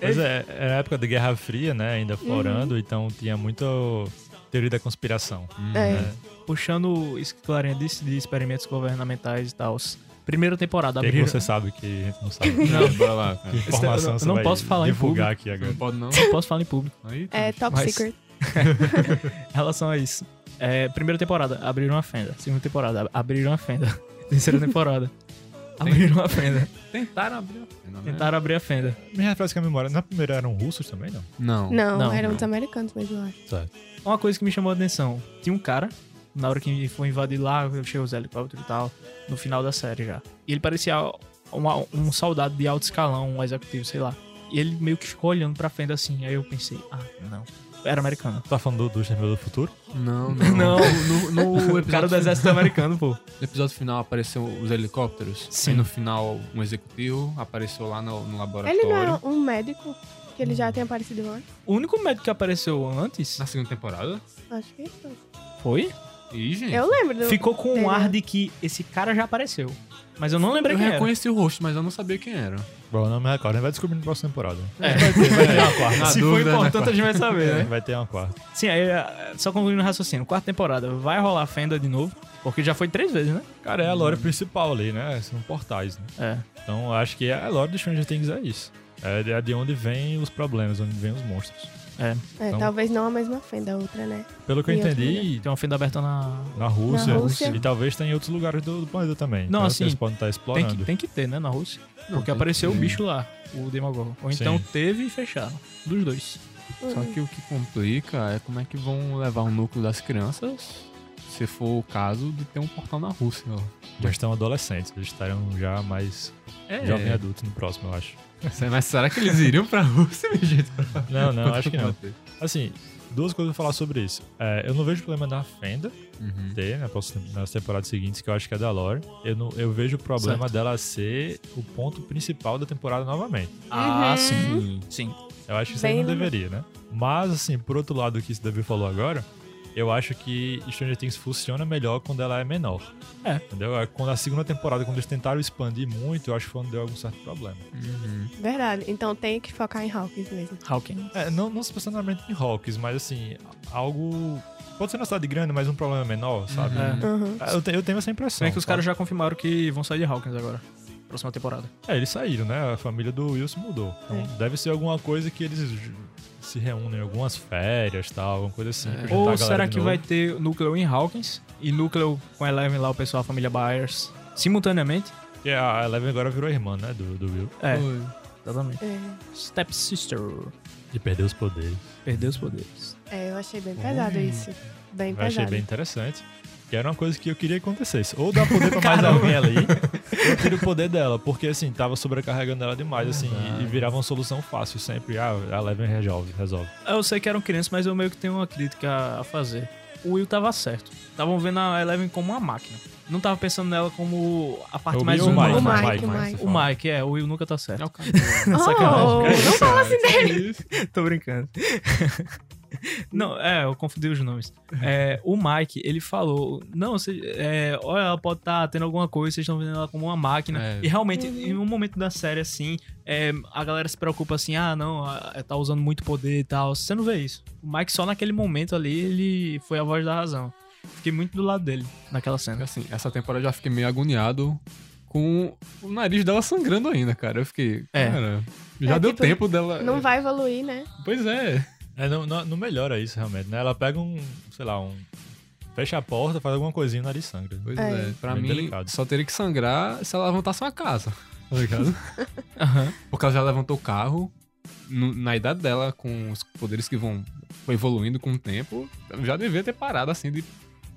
S1: Pois é, era a época da Guerra Fria, né? Ainda florando, então tinha muito teoria da conspiração. né?
S4: É.
S3: Puxando isso que Clarinha disse de experimentos governamentais e tal. Primeira temporada,
S1: O que é que
S3: abriram.
S1: você sabe que a gente não Ah, sabe?
S2: Não, bora lá. cara.
S1: Que informação
S3: eu não-
S1: você
S3: eu não
S1: vai
S3: posso falar em
S1: divulgar aqui agora.
S2: Não pode não.
S3: Não posso falar em público.
S2: Aí,
S4: É top
S3: Mas-
S4: secret.
S3: Em relação a isso. É, primeira temporada, abriram uma fenda. Segunda temporada, ab- abriram uma fenda. Terceira temporada, abriram uma fenda.
S2: Tentaram abrir a
S4: tá.
S2: pena, né?
S3: Tentaram abrir a fenda.
S1: Me refresca a memória. Na primeira eram russos também, não?
S2: Não.
S4: Não,
S3: não,
S4: eram
S3: não.
S4: os americanos mesmo, eu acho.
S3: Uma coisa que me chamou a atenção: tinha um cara, na hora que foi invadir lá, chegou os helicópteros e tal, no final da série já. E ele parecia uma- um soldado de alto escalão, um executivo, sei lá. E ele meio que ficou olhando pra fenda assim. Aí eu pensei: ah, não. Era americano.
S1: Tá falando do, do Exterminador do Futuro?
S2: Não, não. No, no- no
S3: O cara
S2: episódio,
S3: do exército é americano, pô.
S2: no episódio final apareceu os helicópteros.
S3: Sim.
S2: E no final, um executivo apareceu lá no, no laboratório.
S4: Ele não é um médico, que ele já tem aparecido antes.
S3: O único médico que apareceu antes
S2: Na segunda temporada?
S4: Acho que foi.
S3: Ah, foi
S2: Ih, gente.
S4: Eu lembro do.
S3: Ficou com um
S4: dele.
S3: ar de que esse cara já apareceu. Mas eu não lembrei
S2: Eu
S3: quem era.
S2: reconheci o rosto, mas eu não sabia quem era.
S1: Bom, não me recordo. A gente vai descobrir na próxima temporada.
S2: Vai ter uma
S3: Se for importante, a gente vai saber, né?
S1: Vai ter uma quarta.
S3: Sim, aí, eh, só concluindo o raciocínio. Quarta temporada, vai rolar a fenda de novo. Porque já foi três vezes, né?
S1: Cara, é a lore principal ali, né? São portais, né?
S3: É.
S1: Então acho que a lore do Stranger Things é isso. É de- é de onde vem os problemas, onde vem os monstros.
S4: É,
S1: Então-
S4: talvez não a mesma fenda, a outra, né?
S1: Pelo que eu né?
S4: E outra,
S1: entendi,
S3: Tem uma fenda aberta na...
S1: na Rússia,
S4: Na Rússia.
S1: e talvez tem em outros lugares do, do planeta também.
S3: Não,
S1: Então,
S3: assim,
S1: eles podem estar
S3: Tem
S1: explorando.
S3: que, tem que ter, né? Na Rússia.
S2: Não,
S3: Porque
S2: tem-
S3: apareceu o bicho lá, o Demogorgon. Ou então
S1: Sim.
S3: teve e fecharam. Dos dois.
S4: Hum.
S2: Só que o que complica é como é que vão levar o núcleo das crianças, se for o caso, de ter um portal na Rússia. ó.
S1: Já estão adolescentes, eles estarão já mais
S3: É.
S1: jovem adulto no próximo, eu acho.
S2: Mas será que eles iriam pra Rússia, meu jeito?
S1: Não, não, acho que não. Assim, duas coisas pra falar sobre isso. É, eu não vejo problema na Fenda
S2: Uhum.
S1: ter, né, pras- nas temporadas seguintes, que eu acho que é da Lore. Eu, não- eu vejo o problema dela ser o ponto principal da temporada novamente.
S3: Ah, sim.
S4: Uhum.
S3: Sim.
S1: Eu acho que isso aí
S4: Bem
S1: não
S4: lembrado.
S1: deveria, né? Mas, assim, por outro lado, o que esse Davi falou agora, eu acho que Stranger Things funciona melhor quando ela é menor.
S3: É.
S1: Entendeu? Quando a segunda temporada, quando eles tentaram expandir muito, eu acho que foi onde deu algum certo problema.
S4: Verdade. Então tem que focar em Hawkins mesmo.
S3: Hawking.
S1: É, não, não especificamente em Hawks, mas assim, algo. Pode ser na cidade grande, mas um problema menor, sabe?
S3: É.
S4: Uhum.
S1: Ah, Eu, te- eu tenho essa impressão.
S3: Como é que os
S1: sabe?
S3: caras já confirmaram que vão sair de Hawkins agora? Próxima temporada.
S1: É, eles saíram, né? A família do Will se mudou. Então deve ser alguma coisa que eles j- se reúnem, algumas férias tal, alguma coisa assim. pra juntar a
S3: É. Ou
S1: galera
S3: será
S1: de
S3: que
S1: novo.
S3: vai ter núcleo em Hawkins e núcleo com Eleven lá, o pessoal, a família Byers, simultaneamente?
S1: Porque a Eleven agora virou irmã, né? Do, do Will.
S3: É,
S2: Oi.
S3: exatamente.
S4: É.
S3: Stepsister.
S1: E perdeu os poderes.
S3: Perdeu os poderes.
S4: É, eu achei bem pesado
S3: Hum.
S4: isso. Bem
S1: Eu achei
S4: pesado.
S1: bem interessante. Que era uma coisa que eu queria que acontecesse. Ou dar poder pra mais alguém ali, ou tira o poder dela. Porque, assim, tava sobrecarregando ela demais, assim. e- E, virava uma solução fácil sempre. Ah, a Eleven resolve, resolve.
S3: Eu sei que eram crianças, mas eu meio que tenho uma crítica a fazer. O Will tava certo. Estavam vendo a Eleven como uma máquina. Não tava pensando nela como a parte
S1: Eu
S3: mais
S1: vi um, o
S3: humana.
S1: Mike, né?
S4: O Mike,
S1: Mike,
S4: o
S1: Mike, você
S4: Mike.
S3: O
S1: fala.
S3: Mike, é, o Will nunca tá certo.
S2: É o cara.
S4: Oh, não fala assim dele.
S3: Tô brincando. Não, é, eu confundi os nomes. É, o Mike, ele falou: Não, cê- é, olha, ela pode estar tendo alguma coisa, vocês estão vendo ela como uma máquina.
S2: É.
S3: E realmente, em um momento da série assim, é, a galera se preocupa assim: Ah, não, a- tá usando muito poder e tal. Você não vê isso. O Mike, só naquele momento ali, ele foi a voz da razão. Fiquei muito do lado dele naquela cena.
S2: Assim, essa temporada eu já fiquei meio agoniado com o nariz dela sangrando ainda, cara. Eu fiquei,
S3: É.
S2: cara, já
S4: É,
S2: deu
S4: tipo,
S2: tempo dela.
S4: Não vai evoluir, né?
S2: Pois é.
S1: É, não, não, não melhora isso, realmente, né? Ela pega um, sei lá, um... Fecha a porta, faz alguma coisinha, o nariz sangra.
S2: Pois é.
S4: É.
S2: Pra
S1: Bem
S2: mim,
S1: delicado.
S2: só teria que sangrar se ela levantasse uma casa. Tá ligado?
S3: Aham.
S2: Porque ela já levantou o carro no- na idade dela, com os poderes que vão evoluindo com o tempo. Já devia ter parado assim de,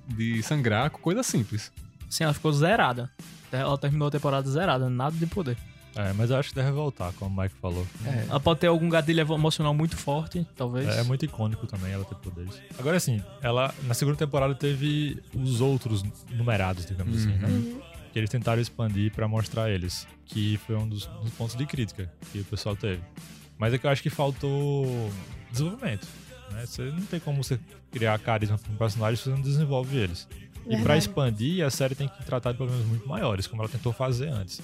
S2: de sangrar com coisa simples.
S3: Assim, ela ficou zerada. Ela terminou a temporada zerada, nada de poder.
S1: É, mas eu acho que deve voltar, como o Mike falou.
S3: Ela pode ter algum gatilho emocional muito forte, talvez.
S1: É, é muito icônico também ela ter poderes. Agora assim, ela na segunda temporada teve os outros numerados, digamos assim, né? Que eles tentaram expandir pra mostrar eles, que foi um dos, dos pontos de crítica que o pessoal teve. Mas é que eu acho que faltou desenvolvimento. Né? Você não tem como você criar carisma para um personagem se você não desenvolve eles. E para
S4: Verdade.
S1: expandir, a série tem que tratar de problemas muito maiores, como ela tentou fazer antes.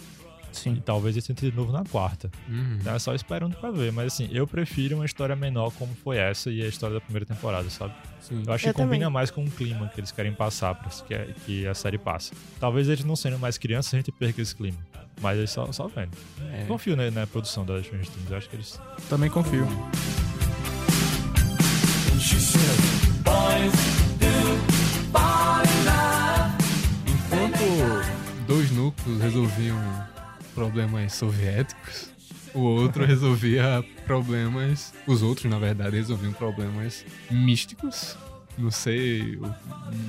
S1: E
S3: Sim.
S1: talvez isso entre de novo na quarta.
S2: Uhum.
S1: Tá só esperando pra ver. Mas assim, eu prefiro uma história menor como foi essa e a história da primeira temporada, sabe?
S2: Sim.
S1: Eu acho
S4: Eu
S1: que combina
S4: também.
S1: mais com o clima que eles querem passar, pra, que, que a série passa. Talvez eles não sendo mais crianças, a gente perca esse clima. Mas eles só, só vendo.
S2: É.
S1: Confio na, na produção da Stranger Things. Eu acho que eles
S3: Também confio.
S2: Enquanto dois núcleos resolviam problemas soviéticos, o outro resolvia problemas. Os outros, na verdade, resolviam problemas místicos. Não sei o,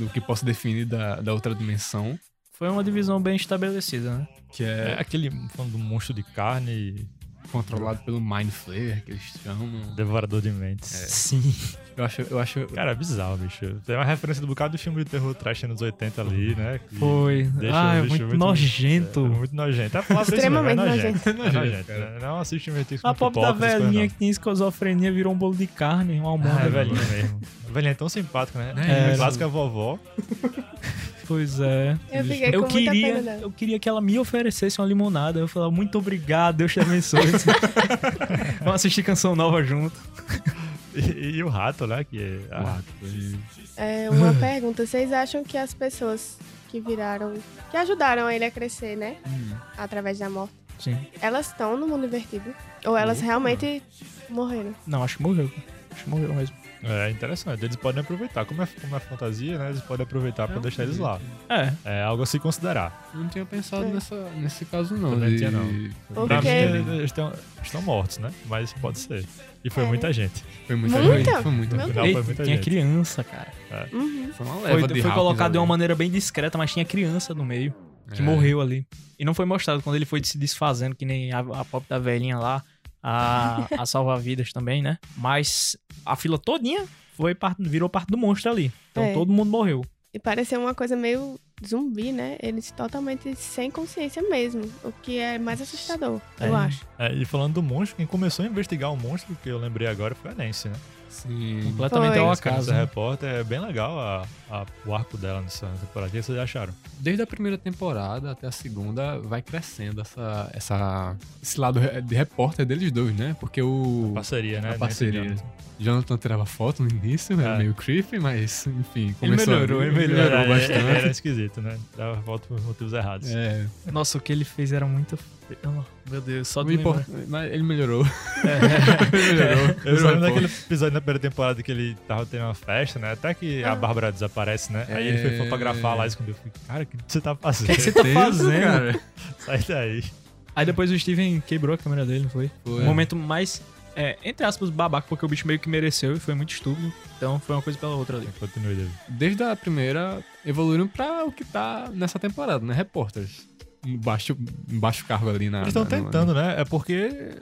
S2: do que posso definir da, da outra dimensão,
S3: Foi uma divisão bem estabelecida, né?
S2: que
S1: É
S2: é
S1: aquele falando do monstro de carne
S2: controlado pelo Mind Flayer, que eles
S1: e
S2: chamam.
S1: devorador de mentes.
S3: Sim.
S2: Eu acho, eu acho
S1: Cara, é bizarro, bicho. Tem uma referência do bocado do filme de terror trash anos 80 ali, né? Que
S3: Foi.
S1: deixa
S3: ah,
S1: o
S3: é
S1: bicho
S3: muito, nojento.
S1: É, muito nojento. É a palavra é isso mesmo,
S4: Extremamente
S1: é nojento.
S4: nojento.
S1: É nojento. né? Não assiste o
S3: A pobre da velhinha que tinha esquizofrenia virou um bolo de carne, um almoço.
S1: Ah, é velhinha mesmo. A velhinha é tão simpática, né?
S2: É,
S1: É, clássica vovó.
S3: Pois é.
S4: Eu fiquei
S3: Eu
S4: com muita
S3: queria,
S4: pena né? dela.
S3: eu queria que ela me oferecesse uma limonada. Eu falava, muito obrigado, Deus te abençoe. Vamos assistir canção nova junto.
S1: E, e o rato, né? Que é- ah,
S4: É, uma pergunta. Vocês acham que as pessoas que viraram... Que ajudaram ele a crescer, né? Através da morte.
S3: Sim.
S4: Elas estão no mundo invertido? Ou elas realmente morreram?
S3: Não, acho que morreu. cara. Acho que morreu mesmo.
S1: é interessante. Eles podem aproveitar. Como é, como é fantasia, né? Eles podem aproveitar pra deixar eles lá.
S3: É.
S1: É algo a se considerar.
S2: Eu não tinha pensado
S4: É.
S2: nessa, nesse caso, não.
S1: Também
S2: de-
S1: tinha, não.
S4: Ou
S1: Pra mim,
S4: porque-
S1: eles estão, estão mortos, né? Mas pode ser. E foi
S4: É.
S1: muita gente.
S2: Foi muita,
S4: Muita?
S2: gente. Foi muita
S4: Meu
S2: gente.
S1: Não, foi
S3: Eita,
S1: muita
S3: tinha
S1: gente.
S3: criança, cara.
S4: Uhum.
S2: Foi uma leva
S3: Foi,
S2: de
S3: foi
S2: rápidos
S3: colocado de uma
S2: ali.
S3: maneira bem discreta, mas tinha criança no meio que
S2: É.
S3: morreu ali. E não foi mostrado quando ele foi se desfazendo, que nem a, a pop da velhinha lá, a, a salva-vidas também, né? Mas a fila todinha foi parte, virou parte do monstro ali. Então
S4: É.
S3: todo mundo morreu.
S4: E pareceu uma coisa meio zumbi, né? Eles totalmente sem consciência mesmo. O que é mais assustador, eu
S3: É.
S4: acho.
S1: É, e falando do monstro, quem começou a investigar o monstro, que eu lembrei agora, foi a Nancy, né?
S2: Sim.
S3: Completamente
S4: Foi.
S3: ao
S1: Essa
S3: acaso. né?
S1: repórter é bem legal a, a- o arco dela nessa temporada. O que vocês acharam?
S2: Desde a primeira temporada até a segunda, vai crescendo essa, essa, esse lado re- de repórter deles dois, né? Porque o
S1: Parceria, né?
S2: A
S1: Nancy
S2: parceria.
S1: Johnson.
S2: Jonathan tirava foto no início, era
S1: É.
S2: meio creepy, mas enfim, começou a-
S3: melhorou, ele
S1: Era,
S2: melhorou
S1: era,
S2: bastante.
S1: era esquisito, né? Dava volta por motivos errados.
S2: É,
S3: Nossa, o que ele fez era muito. feio. Oh, Meu Deus, só
S2: o
S3: de lembrar. É.
S2: import- mas ele melhorou.
S1: Eu só
S3: um
S2: ele melhorou.
S1: lembro
S2: Melhorou.
S1: daquele episódio na primeira temporada que ele tava tendo uma festa, né? Até que a Bárbara desaparece, né? Aí ele foi
S2: É.
S1: fotografar lá e escondeu. Eu falei, cara, o que você tá fazendo?
S3: que você tá fazendo?
S1: Sai daí.
S3: Aí depois o Steven quebrou a câmera dele, não foi?
S2: Foi.
S3: O momento mais, é, entre aspas, babaca, porque o bicho meio que mereceu e foi muito estúpido. Então foi uma coisa pela outra ali.
S1: Continue, David.
S2: desde a primeira, evoluíram pra o que tá nessa temporada, né? Repórteres. Em baixo, em baixo cargo ali na.
S1: Eles estão
S2: na- na-
S1: tentando, né? É porque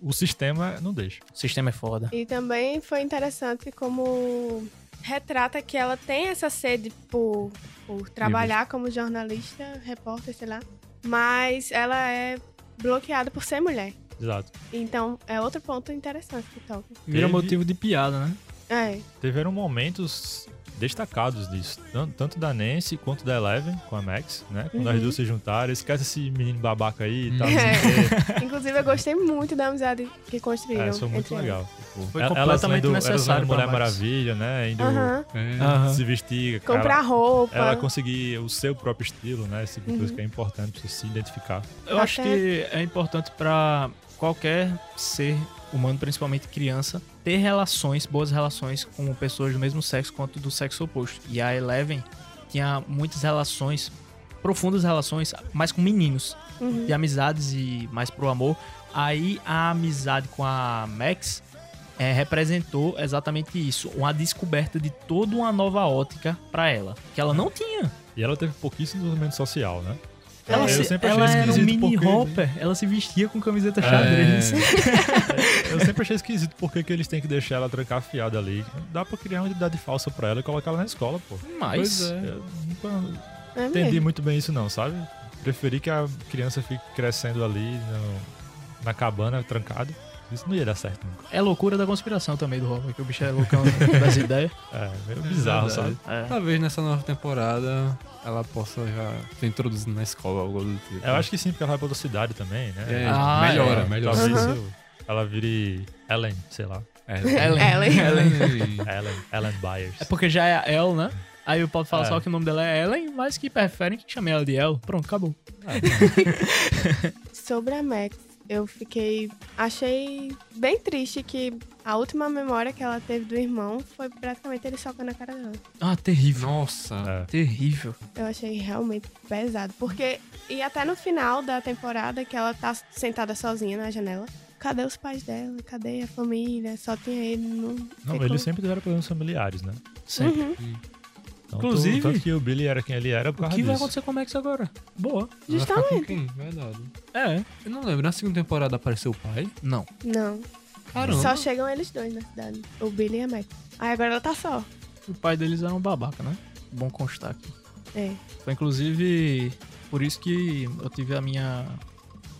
S1: o sistema não deixa.
S3: O sistema é foda.
S4: E também foi interessante como retrata que ela tem essa sede por, por trabalhar como jornalista, repórter, sei lá. Mas ela é bloqueada por ser mulher.
S1: Exato.
S4: Então, é outro ponto interessante que toca.
S3: Vira
S1: Teve-
S3: motivo de piada, né?
S4: É,
S1: Tiveram momentos destacados disso. Tan- Tanto da Nancy quanto da Eleven com a Max, né? Quando as
S4: Uhum.
S1: duas se juntaram, esquece esse menino babaca aí e tal.
S3: É,
S2: Hum.
S1: não sei o quê.
S4: Inclusive, eu gostei muito da amizade que construíram.
S1: É, isso foi muito
S4: entre elas.
S1: legal.
S3: Foi
S1: Elas
S3: completamente
S1: lendo- elas lendo
S3: necessário. pra
S1: Mulher
S3: Max.
S1: Maravilha, né? Indo
S4: Aham.
S2: É.
S3: Aham.
S1: se vestir. cara.
S4: Comprar roupa. né?
S1: ela conseguir o seu próprio estilo, né? Essa
S3: Uhum.
S1: coisa que é importante pra você se identificar.
S3: Eu acho
S4: Até-
S3: que é importante pra qualquer ser humano, principalmente criança, ter relações, boas relações com pessoas do mesmo sexo quanto do sexo oposto. E a Eleven tinha muitas relações, profundas relações, mas com meninos.
S4: Uhum.
S3: de amizades e mais pro amor. Aí a amizade com a Max é, representou exatamente isso, uma descoberta de toda uma nova ótica pra ela, que ela não tinha.
S1: E ela teve pouquíssimo desenvolvimento social, né?
S3: Ela,
S1: eu
S3: se-
S1: sempre achei
S3: ela era um
S1: esquisito
S3: mini
S1: porque-
S3: hopper, ela se vestia com camiseta xadrez.
S2: É,
S1: Eu sempre achei esquisito porque que eles têm que deixar ela trancafiada ali. Dá pra criar uma identidade falsa pra ela e colocar ela na escola, pô.
S3: Mas
S2: Pois é.
S1: Eu nunca
S4: É
S1: entendi
S4: mesmo.
S1: muito bem isso não, sabe? Preferi que a criança fique crescendo ali no- na cabana, trancada, Isso não ia dar certo nunca.
S3: É loucura da conspiração também do Robert, que o bicho é loucão das ideias.
S1: É, meio bizarro,
S2: verdade.
S1: sabe?
S3: É.
S2: Talvez nessa nova temporada ela possa já ser introduzida na escola, algo do tipo.
S1: Eu acho que sim, porque ela vai pra outra cidade também, né?
S2: É,
S3: Ah,
S2: melhora,
S1: é,
S2: melhora.
S1: Talvez eu- ela vire Ellen, sei lá. É
S2: É,
S4: Ellen.
S2: Ellen.
S1: Ellen, Ellen Byers.
S3: É porque já é a El, né? Aí o Paulo fala
S1: É.
S3: só que o nome dela é Ellen, mas que preferem que chame ela de El. Pronto, acabou.
S4: Sobre a Max, eu fiquei. Achei bem triste que a última memória que ela teve do irmão foi praticamente ele socando a cara dela.
S3: Ah, terrível.
S2: Nossa.
S1: É.
S3: Terrível.
S4: Eu achei realmente pesado. Porque. E até no final da temporada, que ela tá sentada sozinha na janela. Cadê os pais dela? Cadê a família? Só tinha ele. Não,
S1: Não,
S4: ficou-
S1: eles sempre tiveram problemas familiares, né?
S3: Sempre.
S1: Então,
S3: Inclusive-
S1: Tanto que o Billy era quem ele era por
S3: O
S1: causa
S3: que vai
S1: disso.
S3: acontecer com o Max agora? Boa.
S2: Ela vai ficar com
S4: Justamente.
S2: quem? Verdade.
S3: É.
S2: Eu não lembro, na segunda temporada apareceu o pai?
S3: Não.
S4: Não.
S2: Caramba.
S4: Só chegam eles dois na cidade. O Billy e a Max. Aí agora ela tá só.
S3: O pai deles era um babaca, né? Bom constar aqui.
S4: É.
S3: Foi inclusive por isso que eu tive a minha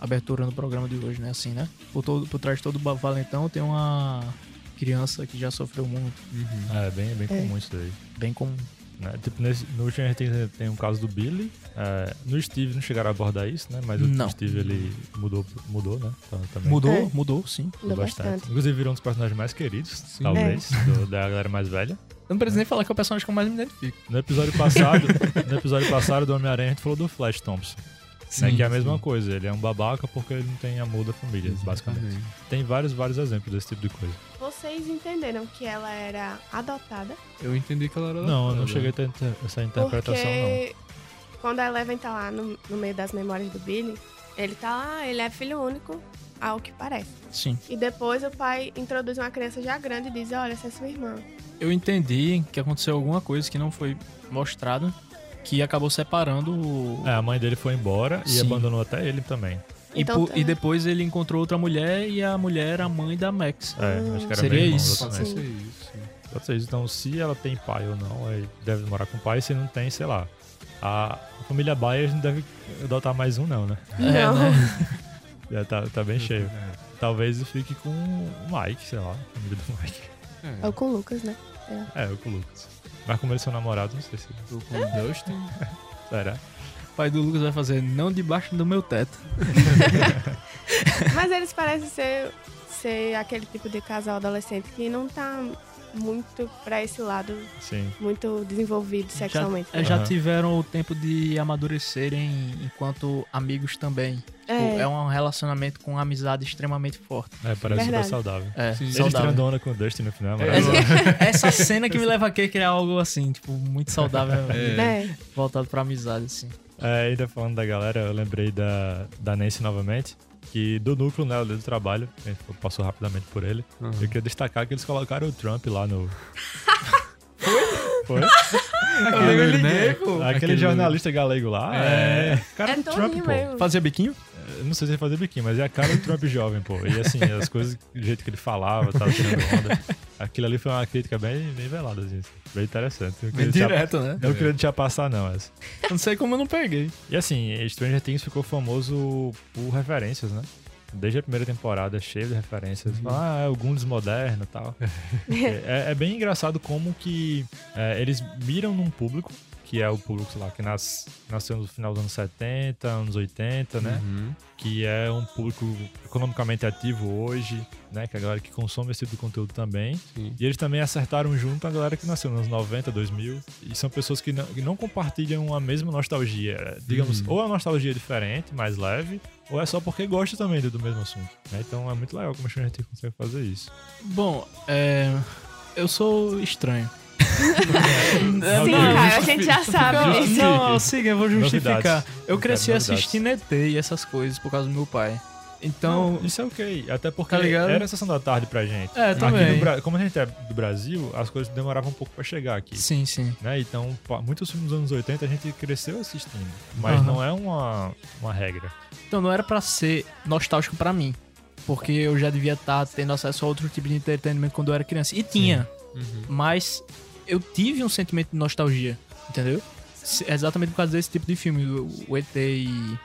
S3: abertura no programa de hoje, né? Assim, né? Por, todo, por trás de todo ba- valentão tem uma criança que já sofreu muito,
S2: Uhum.
S1: É, bem, bem comum isso daí.
S3: bem comum.
S1: né? Tipo, nesse, no último a gente tem, tem um caso do Billy. É, no Steve não chegaram a abordar isso, né? Mas
S3: Não.
S1: o Steve, ele mudou, mudou né? Então, também
S3: Mudou,
S4: É.
S3: mudou, sim.
S4: Mudou bastante.
S1: Inclusive, virou um dos personagens mais queridos, talvez,
S3: É.
S1: do- da galera mais velha.
S3: Eu não preciso nem falar que é o personagem que eu mais me identifico.
S1: No episódio passado, no episódio passado do Homem-Aranha, a gente falou do Flash Thompson. né, que é a mesma coisa, ele é um babaca porque ele não tem amor da família, basicamente. Tem vários, vários exemplos desse tipo de coisa.
S4: Vocês entenderam que ela era adotada?
S2: Eu entendi que ela era.
S1: Não, eu não
S2: ela-
S1: cheguei a ter inter- essa interpretação, não.
S4: Porque quando a Eleven tá lá no, no meio das memórias do Billy, ele tá lá, ele é filho único, ao que parece.
S3: Sim.
S4: E depois o pai introduz uma criança já grande e diz, olha, essa é sua irmã.
S3: Eu entendi que aconteceu alguma coisa que não foi mostrada, que acabou separando o.
S1: É, a mãe dele foi embora e
S3: Sim.
S1: abandonou até ele também.
S3: E,
S4: Então
S3: po-
S4: tá.
S3: e depois ele encontrou outra mulher e a mulher era a mãe da Max.
S1: É, acho que era
S3: Seria
S1: meio irmão,
S3: isso.
S2: Pode
S1: exatamente.
S2: ser isso.
S1: Ou seja, então se ela tem pai ou não, aí deve morar com o pai, se não tem, sei lá. A a família Byers não deve adotar mais um, não, né?
S3: É,
S4: não.
S1: Já tá, tá bem cheio.
S2: Uhum. É.
S1: Talvez fique com o Mike, sei lá, a família do Mike.
S2: É,
S4: É o com o Lucas, né?
S1: É, eu com o Lucas. Mas como ele é seu namorado, não sei se.
S2: tô com o Dustin.
S1: Será?
S3: O pai do Lucas vai fazer não debaixo do meu teto.
S4: Mas eles parecem ser, ser aquele tipo de casal adolescente que não tá muito pra esse lado,
S1: Sim.
S4: muito desenvolvido sexualmente.
S3: Já, é, já
S1: Aham.
S3: tiveram o tempo de amadurecerem enquanto amigos também. Tipo, É,
S4: É,
S3: um relacionamento com uma amizade extremamente forte.
S1: É, parece super
S4: Verdade.
S1: saudável.
S3: É,
S2: Sim.
S1: Ele
S3: saudável.
S1: trandona com o Dustin no final,
S3: É,
S1: mas.
S3: Essa, essa cena que me leva a querer criar algo assim, tipo, muito
S2: É.
S3: saudável,
S4: né?
S3: voltado pra amizade, assim.
S1: É, ainda falando da galera, eu lembrei da, da Nancy novamente, que do núcleo, né, do trabalho, a gente passou rapidamente por ele.
S2: Uhum.
S1: Eu queria destacar que eles colocaram o Trump lá no. Foi? Foi?
S2: Aquele, né?
S1: Aquele,
S2: Aquele-
S1: jornalista galego lá. É. Cara
S4: É
S1: do Trump,
S4: Tony
S1: pô.
S4: mesmo.
S3: Fazia biquinho?
S1: Eu Não sei se ele fazia biquinho, mas é a cara do Trump jovem, pô. E assim, as coisas, do jeito que ele falava, tava tirando onda. Aquilo ali foi uma crítica bem, bem velada, gente. Bem interessante. Não
S3: Bem
S1: queria deixar-
S3: direto, né?
S1: Não queria deixar passar, não, essa.
S3: Eu Não sei como eu não peguei.
S1: E assim, Stranger Things ficou famoso por referências, né? Desde a primeira temporada, cheio de referências. Ah, é o Goonies moderno e tal. é, é bem engraçado como que é, eles miram num público, que é o público, sei lá, que nas, nasceu no final dos anos 70, anos 80, né?
S2: Uhum.
S1: que é um público economicamente ativo hoje, né? Que é a galera que consome esse tipo de conteúdo também.
S2: Sim.
S1: E eles também acertaram junto a galera que nasceu nos 90, 2000. E são pessoas que não, que não compartilham a mesma nostalgia. É,
S3: Hum.
S1: Digamos, ou é uma nostalgia diferente, mais leve, ou é só porque gosta também do, do mesmo assunto. né? Então é muito legal como a gente consegue fazer isso.
S3: Bom, é, eu sou estranho.
S1: Não,
S4: Sim,
S1: não,
S4: cara, a gente já
S3: Não,
S4: sabe.
S1: Justifique.
S3: não, siga, eu vou justificar.
S1: Novidades.
S3: Eu
S1: Eu
S3: cresci
S1: quero
S3: assistindo ET e essas coisas por causa do meu pai. Então,
S1: Isso é ok. Até porque
S3: Tá ligado?
S1: era a sessão da tarde pra gente.
S3: É, também.
S1: Aqui no Bra- como a gente é do Brasil, as coisas demoravam um pouco pra chegar aqui.
S3: sim, sim.
S1: né? Então, pa- muitos filmes dos anos 80 a gente cresceu assistindo, mas
S3: Aham.
S1: não é uma, uma regra.
S3: Então não era pra ser nostálgico pra mim, porque eu já devia estar tendo acesso a outro tipo de entretenimento quando eu era criança e tinha,
S2: Uhum.
S3: mas eu tive um sentimento de nostalgia, entendeu? Se- Exatamente por causa desse tipo de filme, o- o ET e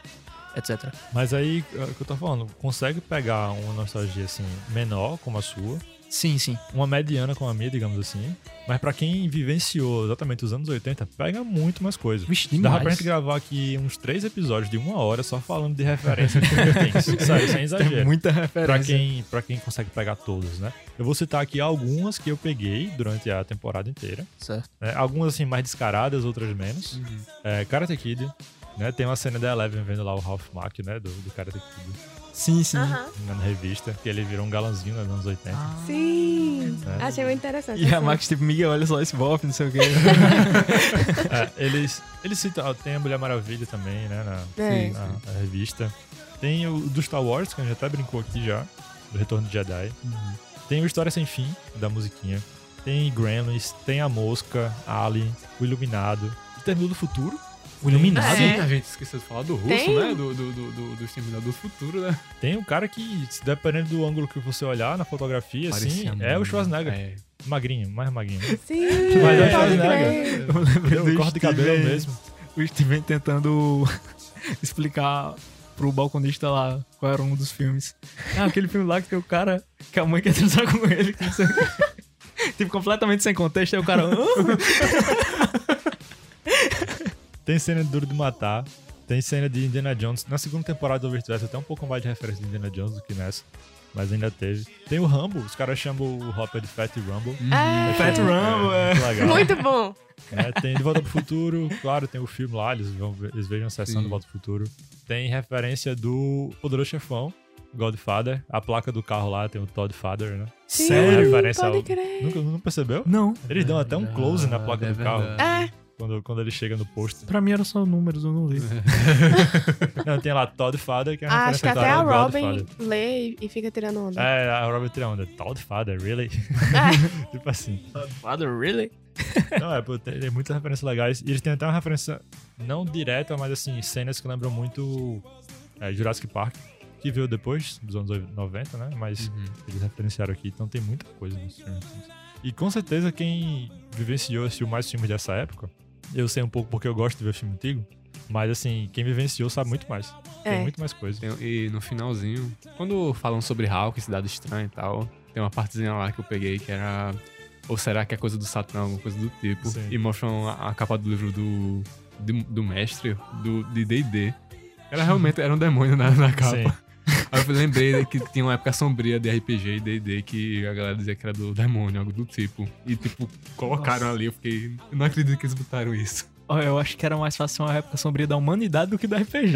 S3: etc.
S1: Mas aí, é o que eu tô falando, consegue pegar uma nostalgia, assim, menor, como a sua,
S3: Sim, sim.
S1: uma mediana como a minha, digamos assim, mas pra quem vivenciou exatamente os anos 80, pega muito mais coisa.
S3: Vixe,
S1: Dava
S3: demais.
S1: pra gente gravar aqui uns três episódios de uma hora só falando de referência de filme de Things. Sério, sem
S3: Tem
S1: exagero.
S3: muita
S1: Pra
S3: referência.
S1: quem, pra quem consegue pegar todos, né? Eu vou citar aqui algumas que eu peguei durante a temporada inteira.
S3: Certo.
S1: né? Algumas, assim, mais descaradas, outras menos. É, Karate Kid, né? Tem uma cena da Eleven vendo lá o Ralph Mack, né? Do, do Karate Kid
S3: Sim, sim.
S4: Aham.
S1: na revista, que ele virou um galãzinho nos anos 80.
S4: Sim.
S1: É.
S4: Achei muito interessante.
S3: E a
S4: assim.
S3: Max, tipo, Miguel, olha só esse bop, não sei o quê.
S1: É, eles, eles citam, tem a Mulher Maravilha também, né? Na,
S4: É.
S1: na- na revista. Tem o do Star Wars, que a gente até brincou aqui já, do Retorno de Jedi. Tem o História Sem Fim, da musiquinha. Tem Gremlins, tem a Mosca, Alien, o Iluminado. E Terminou do Futuro.
S3: o Iluminado.
S4: É.
S2: Sim, Ah, a gente esqueceu de falar do russo,
S4: Tem?
S2: né? Do, do, do, do, do Exterminador do Futuro, né?
S1: Tem um cara que, se dependendo do ângulo que você olhar na fotografia, assim,
S2: Parecia
S1: é o
S2: muito.
S1: Schwarzenegger.
S2: É.
S1: Magrinho, mais magrinho.
S4: Sim, né?
S1: Mas é
S4: pode
S1: Schwarzenegger.
S4: crer.
S3: Eu lembrei
S1: Deu um
S3: do
S1: corte de cabelo
S3: Steven-
S1: mesmo.
S3: O Steven tentando explicar pro balconista lá qual era um dos filmes. Ah, aquele filme lá que tem o cara que a mãe quer transar com ele. que não sei o quê. tipo, completamente sem contexto. Aí o cara... "Hã?"
S1: Tem cena de Duro de Matar. Tem cena de Indiana Jones. Na segunda temporada do Overture, até um pouco mais de referência de Indiana Jones do que nessa. Mas ainda teve. Tem o Rumble. Os caras chamam o Hopper de Fat Rumble.
S4: É.
S3: Hum. Fat Rumble, é.
S1: Muito legal.
S4: Muito bom.
S1: né? Tem De Volta pro Futuro. Claro, tem o filme lá. Eles, vão ver- eles vejam a sessão
S2: Sim.
S1: de Volta pro Futuro. Tem referência do Poderoso Chefão. Godfather. A placa do carro lá tem o Todd Father, né?
S4: Sim,
S1: Sério? Referência
S4: Pode
S1: ao-
S4: crer.
S1: Nunca, não percebeu?
S3: Não.
S1: Eles dão até um close na placa
S2: É
S1: do carro.
S2: verdade.
S4: É,
S1: Quando, quando ele chega no posto.
S3: Pra mim eram só números, eu não li.
S1: Não, tem lá Todd Father, que é a
S4: acho que
S1: referência
S4: até a
S1: ao
S4: Robin
S1: Godfather.
S4: lê e- e fica tirando onda.
S1: É, a Robert Trelawney, Todd Father, really?
S4: É.
S1: tipo assim.
S3: Father, really?
S1: Não, é, pô, tem, tem muitas referências legais. E eles têm até uma referência, não direta, mas assim, cenas que lembram muito é, Jurassic Park, que veio depois, dos anos 90, né? Mas eles referenciaram aqui, então tem muita coisa nesse filme. assim. E com certeza quem vivenciou e assistiu mais filmes dessa época, eu sei um pouco porque eu gosto de ver filme antigo, mas assim, quem vivenciou sabe muito mais. Tem
S4: É.
S1: muito mais coisa.
S2: Tem- e no finalzinho, quando falam sobre Hulk, Cidade Estranha e tal, tem uma partezinha lá que eu peguei que era. Ou será que é coisa do Satã, alguma coisa do tipo?
S1: Sim.
S2: E mostram a, a capa do livro do. Do, do mestre do, de DD. Era realmente era um demônio na, na capa.
S1: Sim.
S2: Aí eu lembrei que tinha uma época sombria de RPG e DD que a galera dizia que era do demônio, algo do tipo. E, tipo, colocaram ali. Eu fiquei. Eu não acredito que eles botaram isso.
S3: Ó, eu acho que era mais fácil uma época sombria da humanidade do que da RPG.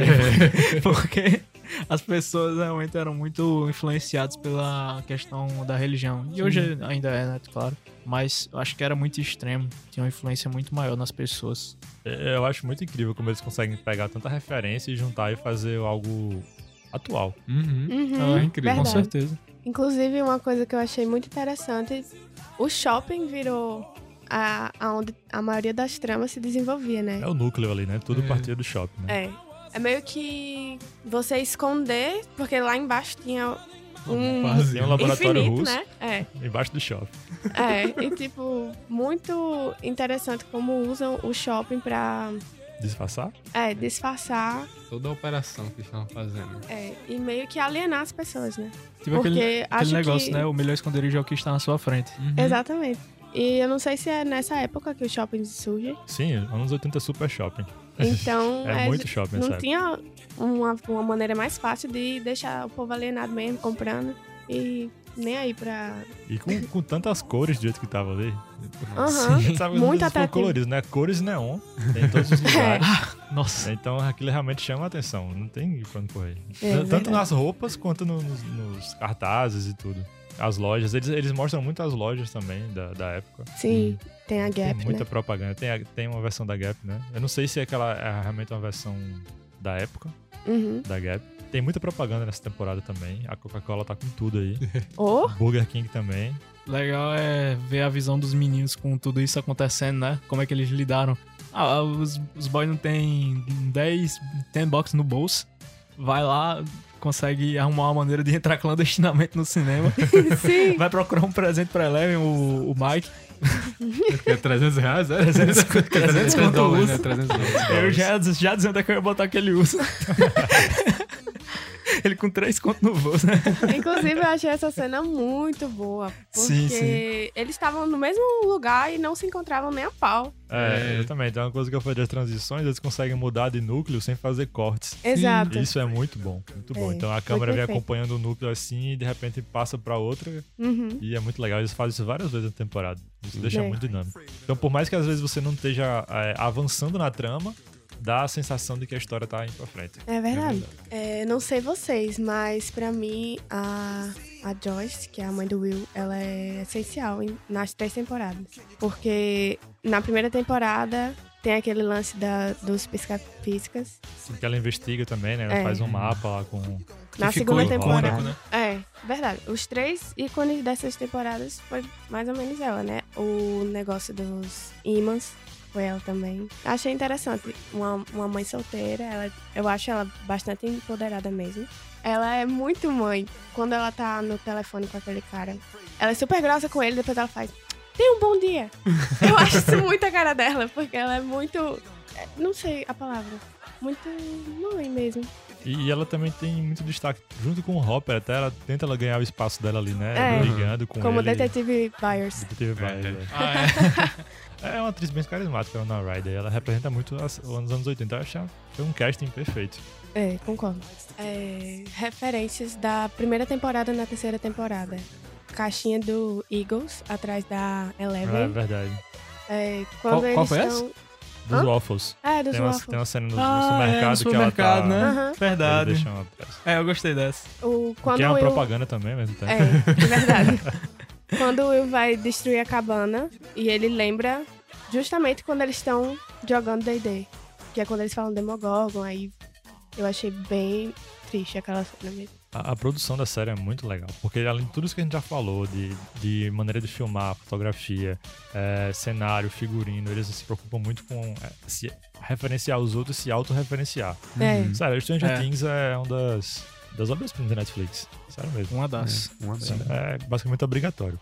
S3: É. Porque as pessoas realmente eram muito influenciadas pela questão da religião. E hoje ainda é, né? Claro. Mas eu acho que era muito extremo. Tinha uma influência muito maior nas pessoas.
S1: É, Eu acho muito incrível como eles conseguem pegar tanta referência e juntar e fazer algo atual.
S2: Uhum.
S4: Uhum,
S2: é incrível.
S3: Com
S4: verdade.
S3: certeza.
S4: Inclusive, uma coisa que eu achei muito interessante, o shopping virou a, a onde a maioria das tramas se desenvolvia, né?
S1: É o núcleo ali, né? Tudo
S2: É.
S1: partia do shopping, né?
S4: É. É meio que você esconder, porque lá embaixo tinha um
S2: Quase.
S1: Tem um laboratório
S4: infinito,
S1: russo
S4: né? É.
S1: embaixo do shopping.
S4: É, e tipo, muito interessante como usam o shopping pra
S1: Disfarçar?
S4: é, disfarçar
S2: Toda a operação que estavam fazendo.
S4: é, e meio que alienar as pessoas, né?
S3: Tipo
S4: Porque
S3: aquele, aquele
S4: acho
S3: negócio,
S4: que- Hum,
S3: né? O melhor esconderijo é o que está na sua frente.
S1: Uhum.
S4: Exatamente. E eu não sei se é nessa época que o shopping surge.
S1: Sim, anos 80 é super shopping.
S4: Então,
S1: É,
S4: é,
S1: muito shopping,
S4: não
S1: sabe?
S4: tinha uma, uma maneira mais fácil de deixar o povo alienado mesmo, comprando. E nem aí pra.
S1: E com, com tantas cores do jeito que tava ali.
S4: Aham.
S1: A gente sabe que
S4: Muito É.
S1: eles foram
S4: atrativo.
S1: coloridos, né? Cores neon em todos os lugares.
S3: Nossa.
S1: Então aquilo realmente chama a atenção. Não tem pra onde correr.
S4: É,
S1: Tanto
S4: verdade.
S1: nas roupas quanto no- nos, nos cartazes e tudo. As lojas, eles, eles mostram muito as lojas também da, da época.
S4: Sim, tem a gap,
S1: tem muita
S4: né?
S1: propaganda. Tem, a- tem uma versão da Gap, né? Eu não sei se é aquela é realmente uma versão da época
S4: Uhum.
S1: da Gap. Tem muita propaganda nessa temporada também. A Coca-Cola tá com tudo aí.
S4: Ou
S1: Burger King também.
S3: Legal é ver a visão dos meninos com tudo isso acontecendo, né? Como é que eles lidaram. Ah, os, os boys não tem 10, 10 box no bolso. Vai lá, consegue arrumar uma maneira de entrar clandestinamente no cinema.
S4: sim,
S3: Vai procurar um presente pra Eleven, o, o Mike.
S2: É 300 reais? É 300, 300
S3: conto
S2: dólares,
S3: uso.
S2: né? 300 dólares.
S3: Eu já, já dizendo até que eu ia botar aquele uso. Ele com três contos no bolso, né?
S4: Inclusive, eu achei essa cena muito boa. Porque
S3: Sim,
S4: eles estavam no mesmo lugar e não se encontravam nem a pau.
S1: É,
S2: É.
S1: eu também. Então, uma coisa que eu falei das transições, eles conseguem mudar de núcleo sem fazer cortes.
S4: Exato.
S1: Isso é muito bom, muito bom.
S4: Então. É,
S1: então a
S4: muito
S1: câmera vem
S4: perfeito.
S1: acompanhando o núcleo assim e de repente passa pra outra
S4: Uhum.
S1: e é muito legal. Eles fazem isso várias vezes na temporada. Isso deixa
S4: É.
S1: muito dinâmico. Então por mais que às vezes você não esteja é, avançando na trama, dá a sensação de que a história tá indo pra frente.
S4: É verdade. É, não sei vocês, mas pra mim a, a Joyce, que é a mãe do Will, ela é essencial em- nas três temporadas. Porque na primeira temporada tem aquele lance da, dos pisca-piscas.
S1: Assim, que ela investiga também, né? Ela
S4: É.
S1: faz um mapa lá com...
S4: Na
S2: ficou
S4: segunda
S1: icônico,
S4: temporada.
S2: né?
S4: É, verdade. Os três ícones dessas temporadas foi mais ou menos ela, né? O negócio dos ímãs foi ela também. Achei interessante. Uma, uma mãe solteira, ela, eu acho ela bastante empoderada mesmo. Ela é muito mãe quando ela tá no telefone com aquele cara. Ela é super grossa com ele, depois ela faz. Tenha um bom dia. Eu acho isso muito a cara dela, porque ela é muito. é, Não sei a palavra. Muito mãe mesmo.
S1: E, e ela também tem muito destaque junto com o Hopper, até ela tenta ela ganhar o espaço dela ali, né?
S4: É.
S1: Brigando com
S4: Como
S1: ele.
S4: detetive Byers.
S1: Detetive Byers,
S2: É.
S1: é.
S3: Ah,
S1: É uma atriz bem carismática, a Ana Ryder. Ela representa muito as- os anos 80. Eu acho que foi um casting perfeito.
S4: É, concordo. É, referências da primeira temporada na terceira temporada. Caixinha do Eagles, atrás da
S1: É
S4: Eleven.
S1: verdade.
S4: É, quando
S2: Qual-
S4: eles
S2: qual foi essa?
S4: estão...
S1: Dos
S4: Hã?
S1: Waffles.
S4: É,
S1: Tem uma,
S4: dos
S1: tem
S4: Waffles.
S1: uma cena no, no
S3: Ah, é, no
S1: supermercado que ela tá...
S3: supermercado, né?
S4: Aham.
S3: Verdade.
S1: Eles deixam ela presa.
S3: É, eu gostei dessa.
S4: O, quando
S1: que é uma
S4: o Will-
S1: propaganda também, mas então.
S4: É, verdade. quando o Will vai destruir a cabana, e ele lembra justamente quando eles estão jogando D&D. Que é quando eles falam Demogorgon, aí eu achei bem triste aquela cena mesmo.
S1: A, a produção da série é muito legal, porque além de tudo isso que a gente já falou, de, de maneira de filmar, fotografia, é, cenário, figurino, eles se preocupam muito com é, se referenciar os outros e se autorreferenciar.
S4: É.
S1: Sério, Stranger
S3: É.
S1: Things é uma das, das obras-primas da Netflix. Sério mesmo.
S3: Uma das.
S2: Uma
S1: Sim.
S2: data.
S1: É basicamente obrigatório.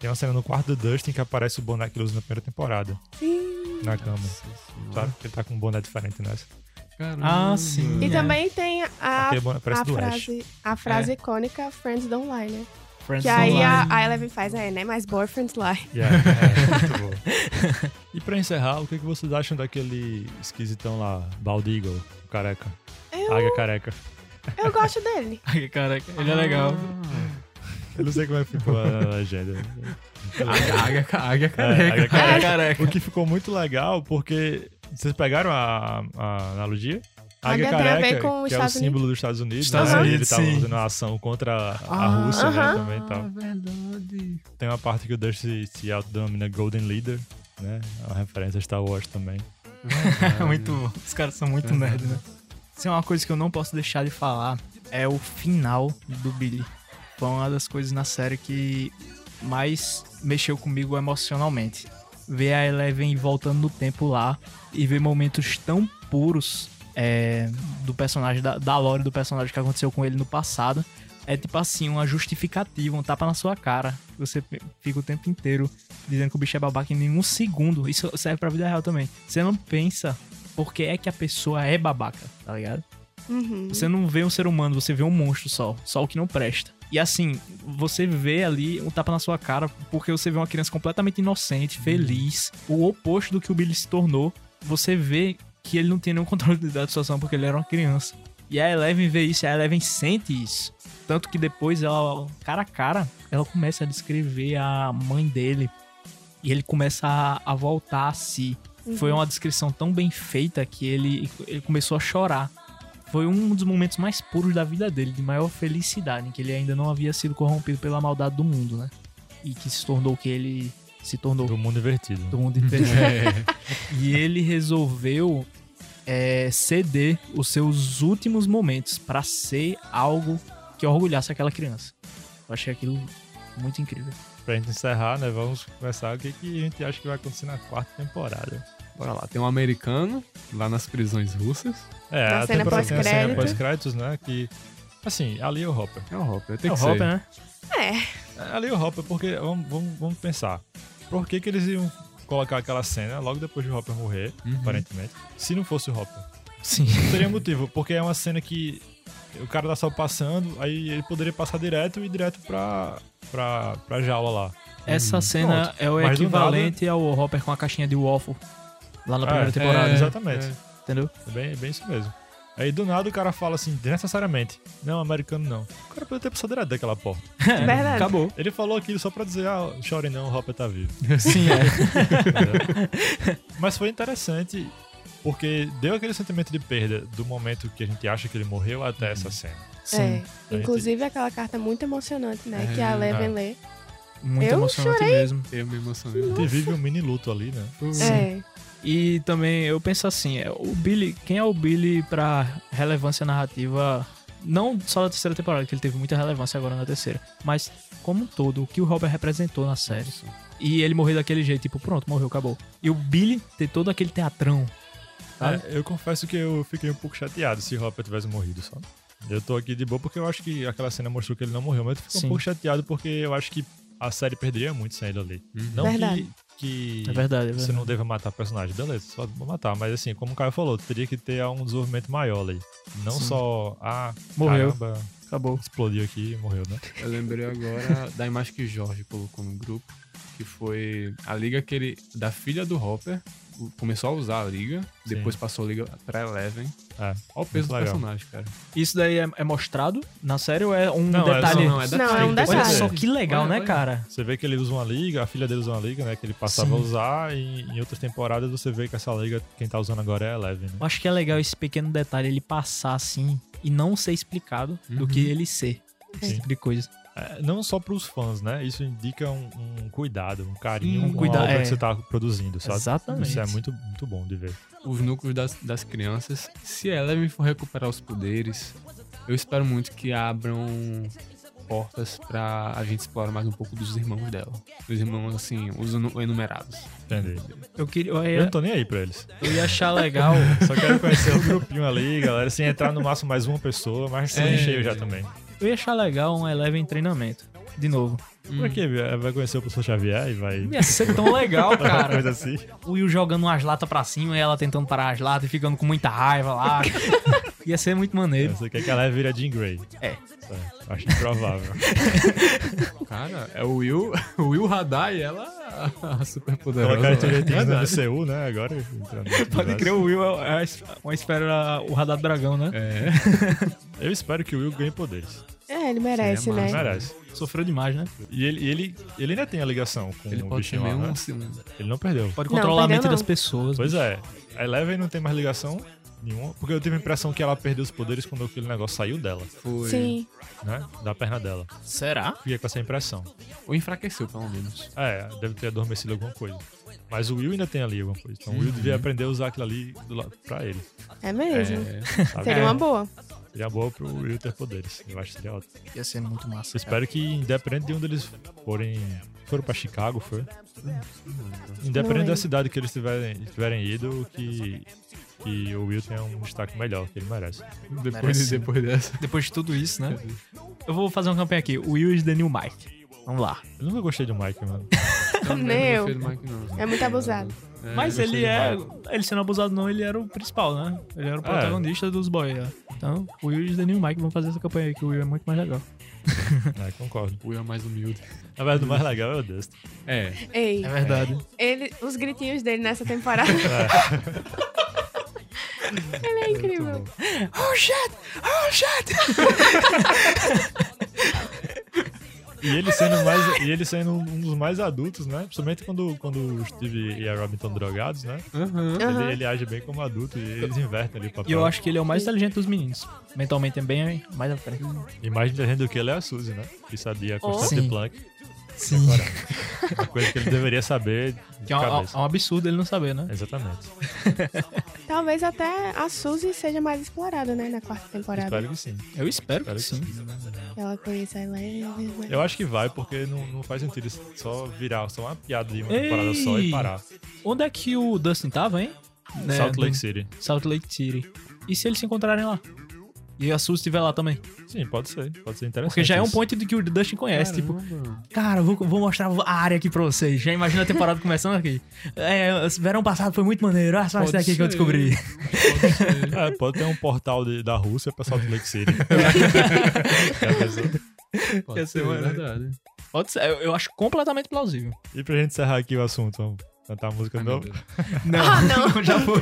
S1: Tem uma cena no quarto do Dustin que aparece o boné que ele usa na primeira temporada,
S4: Sim.
S1: na cama.
S2: Sabe?
S1: Claro que ele tá com um boné diferente nessa.
S2: Caramba.
S3: sim.
S4: E
S3: É.
S4: também tem a
S1: Aquele boné parece
S4: Ah, a
S1: do Ash.
S4: frase, a frase icônica Friends Don't Lie, né?
S3: Friends
S4: que aí a, a Eleven faz, é, né? Mas Boyfriends Lie.
S1: Yeah, é, muito bom. E pra encerrar, o que, que vocês acham daquele esquisitão lá, Bald Eagle, o careca,
S4: Eu,
S1: águia careca?
S4: eu gosto dele.
S3: Ai, Caraca, ele é legal.
S1: Eu não sei como é que ficou a legenda.
S2: Águia, águia, águia
S1: É, águia
S2: careca.
S4: Ah.
S1: careca.
S3: Caraca.
S1: O que ficou muito legal, porque vocês pegaram a, a analogia?
S4: Águia tem a ver com os
S1: que é o
S4: Estados
S1: símbolo dos Estados Unidos,
S3: Estados
S1: né?
S3: Unidos,
S1: ele
S3: sim.
S1: tava fazendo uma ação contra a- a Rússia, né,
S4: Ah, aham.
S1: também e tal.
S2: É verdade.
S1: Tem uma parte que o Dust se, se autodenomina Golden Leader, né? É uma referência a Star Wars também.
S3: É muito bom. Os caras são muito nerd, né? Isso é uma coisa que eu não posso deixar de falar. É o final do Billy. Foi uma das coisas na série que mais mexeu comigo emocionalmente. Ver a Eleven voltando no tempo lá e ver momentos tão puros é, do personagem, da, da lore do personagem que aconteceu com ele no passado. É tipo assim, uma justificativa, um tapa na sua cara. Você pe- fica o tempo inteiro dizendo que o bicho é babaca em nenhum segundo. Isso serve pra vida real também. Você não pensa porque é que a pessoa é babaca, tá ligado?
S4: Uhum.
S3: Você não vê um ser humano, você vê um monstro só. Só o que não presta. E assim, você vê ali um tapa na sua cara porque você vê uma criança completamente inocente, feliz, o oposto do que o Billy se tornou. Você vê que ele não tinha nenhum controle da situação porque ele era uma criança. E a Eleven vê isso, e a Eleven sente isso. Tanto que depois ela, cara a cara, ela começa a descrever a mãe dele. E ele começa a, a voltar a si. Foi uma descrição tão bem feita que ele, ele começou a chorar. Foi um dos momentos mais puros da vida dele, de maior felicidade, em que ele ainda não havia sido corrompido pela maldade do mundo, né? E que se tornou o que ele se tornou
S1: Do mundo invertido. né?
S3: do mundo inteiro. E ele resolveu é, ceder os seus últimos momentos pra ser algo que orgulhasse aquela criança. Eu achei aquilo muito incrível.
S1: Pra gente encerrar, né? Vamos conversar o que, que a gente acha que vai acontecer na quarta temporada.
S2: Bora lá. Tem um americano lá nas prisões russas.
S1: É,
S4: Na
S1: a
S4: cena
S1: temporada tem a cena
S4: pós-crédito.
S1: pós-créditos, né? Que, assim, ali é o Hopper.
S2: É o Hopper. Tem
S3: É o
S2: que ser.
S3: Hopper, né?
S4: É,
S1: É, Ali é o Hopper, porque vamos, vamos, vamos pensar. Por que, que eles iam colocar aquela cena logo depois de o Hopper morrer,
S2: Uhum.
S1: aparentemente, se não fosse o Hopper?
S3: Sim.
S1: Não teria motivo, porque é uma cena que o cara tá só passando, aí ele poderia passar direto e ir direto pra, pra, pra jaula lá.
S3: Essa cena é o
S1: Mas do
S3: equivalente ao Hopper com a caixinha de waffle lá na primeira
S1: É,
S3: temporada,
S1: é,
S3: né?
S1: exatamente.
S3: entendeu?
S1: É bem, é bem isso mesmo. Aí do nada o cara fala assim, necessariamente, não, americano não. O cara poderia ter passado direto daquela porta.
S4: Verdade.
S3: Acabou.
S1: Ele falou aquilo só pra dizer, ah, chore não, o Hopper tá vivo.
S3: Sim, é.
S1: Entendeu? Mas foi interessante porque deu aquele sentimento de perda do momento que a gente acha que ele morreu
S3: Uhum.
S1: até essa cena.
S3: Sim.
S4: É. Inclusive aquela carta muito emocionante, né? que
S2: É,
S4: a Leven
S1: é.
S4: lê.
S3: Muito
S4: Eu
S3: emocionante mesmo.
S2: Eu me emocionei. Tipo,
S1: Ele vive um mini luto ali, né?
S4: É.
S3: E também eu penso assim, é, o Billy, quem é o Billy pra relevância narrativa, não só da terceira temporada, que ele teve muita relevância agora na terceira, mas como um todo, o que o Robert representou na série. E ele morrer daquele jeito, tipo, pronto, morreu, acabou. E o Billy ter todo aquele teatrão. Sabe?
S1: É, eu confesso que eu fiquei um pouco chateado se Hopper tivesse morrido só. Eu tô aqui de boa porque eu acho que aquela cena mostrou que ele não morreu, mas eu fiquei
S3: Sim.
S1: um pouco chateado porque eu acho que a série perderia muito sem ele ali. Não
S4: Verdade.
S1: que, que
S3: É verdade, é
S1: você
S3: verdade.
S1: não deva matar personagem, beleza, só vou matar. Mas assim, como o Caio falou, teria que ter um desenvolvimento maior ali. Não só, ah,
S3: Morreu.
S1: caramba,
S3: Acabou.
S1: explodiu aqui e morreu, né?
S2: Eu lembrei agora da imagem que Jorge colocou no grupo, que foi a liga que ele, da filha do Hopper, o- começou a usar a liga,
S1: Sim.
S2: depois passou a liga pra Eleven.
S1: É.
S2: Olha o
S1: Muito
S2: peso do
S1: legal.
S2: personagem, cara.
S3: Isso daí é, é mostrado na série ou é um
S1: Não, é-
S3: detalhe?
S1: não,
S2: é
S4: Não, é um
S1: detalhe.
S3: Olha
S4: detalhe.
S3: só que legal,
S2: Olha,
S3: né,
S2: olha.
S3: cara?
S1: Você vê que ele usa uma liga, a filha dele usa uma liga, né? Que ele passava a
S3: Sim.
S1: usar, e em outras temporadas você vê que essa liga, quem tá usando agora é a Eleven, né?
S3: Eu acho que é legal esse pequeno detalhe, ele passar assim e não ser explicado do
S2: Uhum.
S3: que ele ser. Esse
S1: Sim.
S3: tipo de coisa.
S1: É, não só pros fãs, né? Isso indica um, um cuidado, um carinho
S3: Sim, um
S1: com
S3: cuida-
S1: a obra
S3: é.
S1: que você tá produzindo, sabe?
S3: Exatamente.
S1: Isso é muito, muito bom de ver.
S2: Os núcleos das, das crianças. Se a Eleven for recuperar os poderes, eu espero muito que abram portas pra a gente explorar mais um pouco dos irmãos dela. Os irmãos, assim, os enu- enumerados.
S1: Entendi.
S3: Eu queria. Eu
S1: Eu
S3: ia,
S1: não tô nem aí pra eles.
S3: eu ia achar legal.
S1: Só quero conhecer o grupinho ali, galera. Sem entrar no máximo mais uma pessoa, mas sem
S2: É.
S1: cheio já também.
S3: Eu ia achar legal um Eleven treinamento. De novo.
S1: Por quê? É, Vai conhecer o professor Xavier e vai.
S3: Ia ser tão legal,
S1: Uma
S3: cara.
S1: coisa assim.
S3: O Will jogando umas latas pra cima e ela tentando parar as latas e ficando com muita raiva lá. Ia ser muito maneiro.
S1: Você quer que ela vira Jean Grey.
S3: É.
S1: É, Acho improvável.
S2: Cara, é o Will, o Will Radar e ela a super
S1: Ela
S2: poderosa.
S1: cai direitinho no MCU, né? Agora. entrando no
S3: Pode
S1: universo.
S3: crer, o Will é, é uma espera o radar do dragão, né?
S2: É.
S1: Eu espero que o Will ganhe poderes.
S4: É, ele merece,
S2: Seria
S4: né?
S2: massa.
S1: Merece.
S3: Sofreu demais, né?
S1: E ele, e ele, ele ainda tem a ligação com
S2: Ele
S1: o
S2: pode ser
S1: bichinho
S2: meio
S1: lá,
S2: um,
S1: né?
S2: assim, um-
S1: Ele não perdeu.
S3: Pode
S4: Não,
S3: controlar a
S4: perdeu
S3: mente
S4: não.
S3: das pessoas. né?
S1: Pois é. A Eleven não tem mais ligação nenhuma, porque eu tive a impressão que ela perdeu os poderes quando aquele negócio saiu dela,
S2: foi.
S4: Sim.
S1: né? Da perna dela.
S3: Será?
S1: Fiquei com essa impressão.
S2: Ou enfraqueceu, pelo menos.
S1: É, deve ter adormecido alguma coisa. Mas o Will ainda tem ali alguma coisa. Então o Will
S3: Uhum.
S1: devia aprender a usar aquilo ali do lado, pra ele.
S4: É mesmo.
S2: É,
S1: Sabe?
S4: Seria uma boa.
S1: Seria boa pro Will ter poderes. Eu acho que seria ótimo.
S3: Ia ser muito massa.
S1: Eu espero que, independente de onde eles forem. Foram pra Chicago, foi?
S4: Não
S1: Independente
S4: lembro.
S1: da cidade que eles tiverem, tiverem ido, que, que o Will tenha um destaque melhor, que ele merece.
S2: depois,
S3: Merece.
S2: depois dessa.
S3: Depois de tudo isso, né? Eu vou fazer uma campanha aqui. Will is the new Mike. Vamos lá.
S1: Eu nunca gostei do Mike, mano.
S2: Também
S4: Nem
S2: não
S4: eu.
S2: gostei do Mike, não.
S4: É muito abusado.
S2: É,
S3: Mas
S2: gostei
S3: ele
S2: do
S3: é.
S2: Mike.
S3: Ele sendo abusado, não, ele era o principal, né? Ele era o protagonista dos boys. né? Então, o Will e o Daniel Mike vão fazer essa campanha aí, que o Will é muito mais legal.
S1: É, concordo.
S2: O Will é mais humilde.
S1: Na verdade, o mais legal é o Dustin.
S2: É.
S4: Ei,
S3: verdade.
S4: ele, os gritinhos dele nessa temporada. ele é incrível.
S3: Oh shit! Oh shit!
S1: E ele sendo, mais, e ele sendo um dos mais adultos, né? Principalmente quando, quando o Steve e a Robin estão drogados, né?
S2: Aham.
S4: Aham.
S1: Ele, ele age bem como adulto e eles invertem ali o papel.
S3: E eu acho que ele é o mais inteligente dos meninos. Mentalmente é bem mais à frente.
S1: E mais inteligente do que ele é a Suzy, né? Que sabia a constante
S3: Sim.
S1: de Planck.
S3: Sim.
S1: Uma coisa que ele deveria saber de
S3: Que é um, é
S1: cabeça.
S3: um absurdo ele não saber, né?
S1: Exatamente.
S4: Talvez até a Suzy seja mais explorada, né? Na quarta temporada.
S1: Espero que sim.
S3: Eu espero
S1: Espero
S3: que
S1: que né?
S3: sim.
S4: Ela conheça a né? Eleven.
S1: Eu acho que vai, porque não, não faz sentido isso só virar só uma piada de uma temporada só e
S3: Ei!
S1: parar.
S3: Onde é que o Dustin tava, hein? Né,
S1: Salt Lake
S3: do-
S1: City.
S3: Salt Lake City. E se eles se encontrarem lá? E a Suzy estiver lá também.
S1: Sim, pode ser. Pode ser interessante.
S3: Porque já é um
S1: isso.
S3: ponto de que o Dustin conhece. Tipo, cara, eu vou, vou mostrar a área aqui pra vocês. Já imagina a temporada começando aqui. É, verão passado foi muito maneiro. Ah, só
S2: Pode
S3: essa daqui que eu
S2: ser.
S3: descobri.
S1: É, pode ter um portal de- da Rússia o pessoal do Lake City.
S3: É.
S1: Já pensou?
S3: Ia
S2: Pode
S3: ser
S2: ser, é
S3: maneiro.
S2: verdade.
S3: Pode ser. Eu, eu acho completamente plausível.
S1: e pra gente encerrar aqui o assunto, vamos cantar a música
S2: Ai,
S1: de
S2: meu
S1: novo?
S2: Deus.
S3: Não, já foi.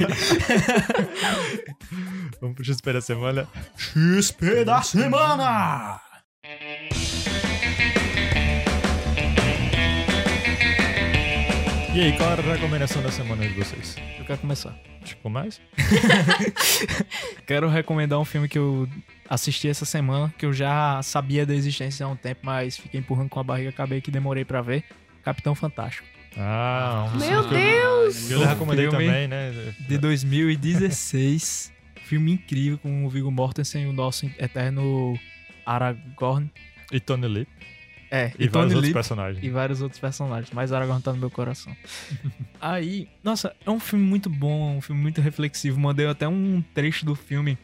S1: Vamos pro XP da semana.
S3: XP da semana!
S1: E aí, qual era a recomendação da semana de vocês?
S3: Eu quero começar.
S1: Tipo, mais?
S3: Quero recomendar um filme que eu assisti essa semana, que eu já sabia da existência há um tempo, mas fiquei empurrando com a barriga, acabei que demorei pra ver. Capitão Fantástico.
S1: Ah, um
S4: Meu
S1: filme
S4: Deus!
S1: que eu já recomendei
S3: Filme.
S1: também, né?
S3: De 2016. filme incrível com o Viggo Mortensen e o nosso eterno Aragorn.
S1: E Tony Lip.
S3: É,
S1: E,
S3: e,
S1: vários
S3: Tony
S1: outros
S3: Lip
S1: personagens.
S3: e vários outros personagens, mas Aragorn tá no meu coração. Aí, nossa, é um filme muito bom, um filme muito reflexivo. Mandei até um trecho do filme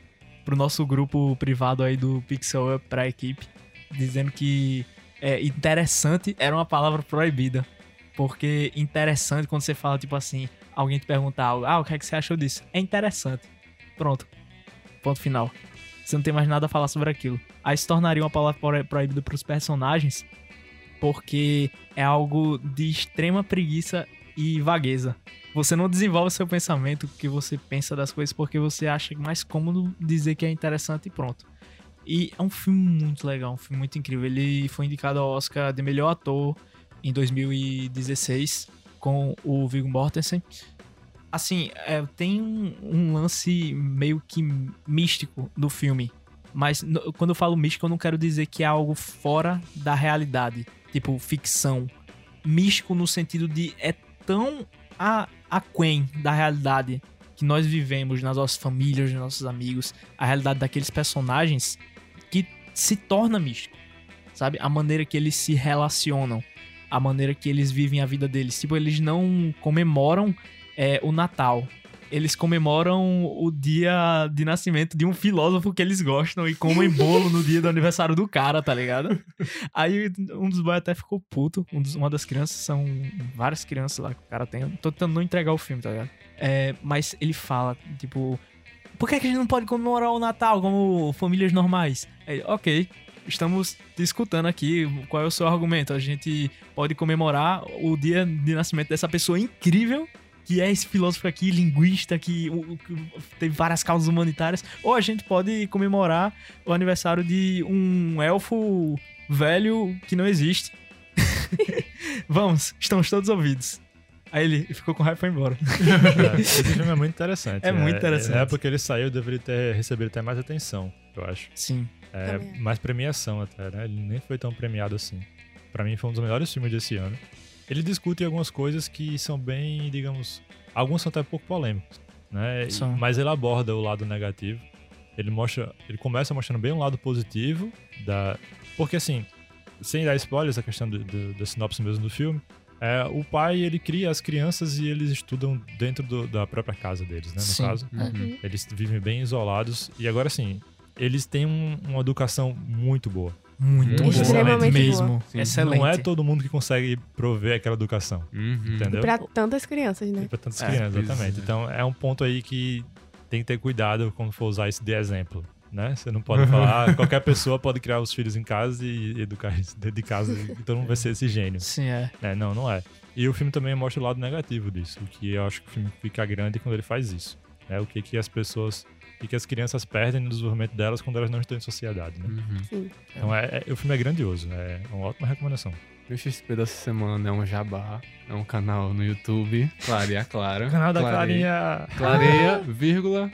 S3: pro nosso grupo privado aí do Pixel Up pra equipe, dizendo que é, interessante era uma palavra proibida. Porque interessante quando você fala, tipo assim, alguém te perguntar algo, ah, o que é que você achou disso? É interessante. Pronto. Ponto final. Você não tem mais nada a falar sobre aquilo. Aí se tornaria uma palavra pro- proibida pros personagens, porque é algo de extrema preguiça e vagueza. Você não desenvolve seu pensamento, o que você pensa das coisas, porque você acha mais cômodo dizer que é interessante e pronto. E é um filme muito legal, um filme muito incrível. Ele foi indicado ao Oscar de melhor ator em 2016 com o Viggo Mortensen. Assim, é, tem um, um lance meio que místico do filme. Mas no- quando eu falo místico, eu não quero dizer que é algo fora da realidade tipo ficção, místico no sentido de é tão a aquém da realidade que nós vivemos nas nossas famílias, nos nossos amigos, a realidade daqueles personagens que se torna místico, sabe? A maneira que eles se relacionam, a maneira que eles vivem a vida deles. Tipo, eles não comemoram é, o Natal. Eles comemoram o dia de nascimento de um filósofo que eles gostam e comem bolo no dia do aniversário do cara, tá ligado? Aí um dos boys até ficou puto. um dos- uma das crianças, são várias crianças lá que o cara tem. Eu Tô tentando não entregar o filme, tá ligado? É, mas ele fala, tipo, por que, é que a gente não pode comemorar o Natal como famílias normais? Aí, ok, estamos discutando aqui qual é o seu argumento. A gente pode comemorar o dia de nascimento dessa pessoa incrível. Que é esse filósofo aqui, linguista, que o- o- que teve várias causas humanitárias. Ou a gente pode comemorar o aniversário de um elfo velho que não existe. Vamos, estamos todos ouvidos. Aí ele ficou com raiva e foi embora.
S1: É, esse filme é muito interessante.
S3: É muito interessante.
S1: Na época que ele saiu, eu deveria ter recebido até mais atenção, eu acho.
S3: Sim.
S1: É,
S4: Também acho.
S1: mais premiação até, né? Ele nem foi tão premiado assim. Pra mim foi um dos melhores filmes desse ano. Ele discute algumas coisas que são bem, digamos, alguns são até um pouco polêmicos, né? E-
S3: São.
S1: Mas ele aborda o lado negativo. Ele mostra, ele começa mostrando bem um lado positivo da, porque assim, sem dar spoilers, a questão do- do- da sinopse mesmo do filme, é, o pai ele cria as crianças e eles estudam dentro do- da própria casa deles, né? No
S3: Sim.
S1: caso.
S2: Uhum.
S1: Eles vivem bem isolados. E agora sim, eles têm um- uma educação muito boa.
S3: Muito
S2: Muito
S3: Hum. boa.
S4: Extremamente
S3: mesmo.
S4: boa.
S2: Sim.
S3: Excelente.
S1: Não é todo mundo que consegue prover aquela educação,
S2: Uhum.
S1: entendeu?
S4: Pra tantas crianças,
S1: E
S4: né?
S1: pra tantas
S3: É,
S1: crianças,
S2: pois
S1: exatamente.
S2: é.
S1: Então é um ponto aí que tem que ter cuidado quando for usar isso de exemplo. Né? Você não pode falar, ah, qualquer pessoa pode criar os filhos em casa e educar eles dentro de casa, então não vai ser esse gênio.
S3: Sim, é.
S1: É, não, não é. E o filme também mostra o lado negativo disso, o que eu acho que o filme fica grande quando ele faz isso. Né? O que, que as pessoas, o que, que as crianças perdem no desenvolvimento delas quando elas não estão em sociedade. Né?
S2: Uhum.
S1: Então é, é- o filme é grandioso, é uma ótima recomendação.
S2: Meu XP dessa semana é um jabá, é um canal no YouTube, Clareia Clara.
S1: O canal da
S2: Clareia-
S1: Clarinha.
S2: Clareia, vírgula,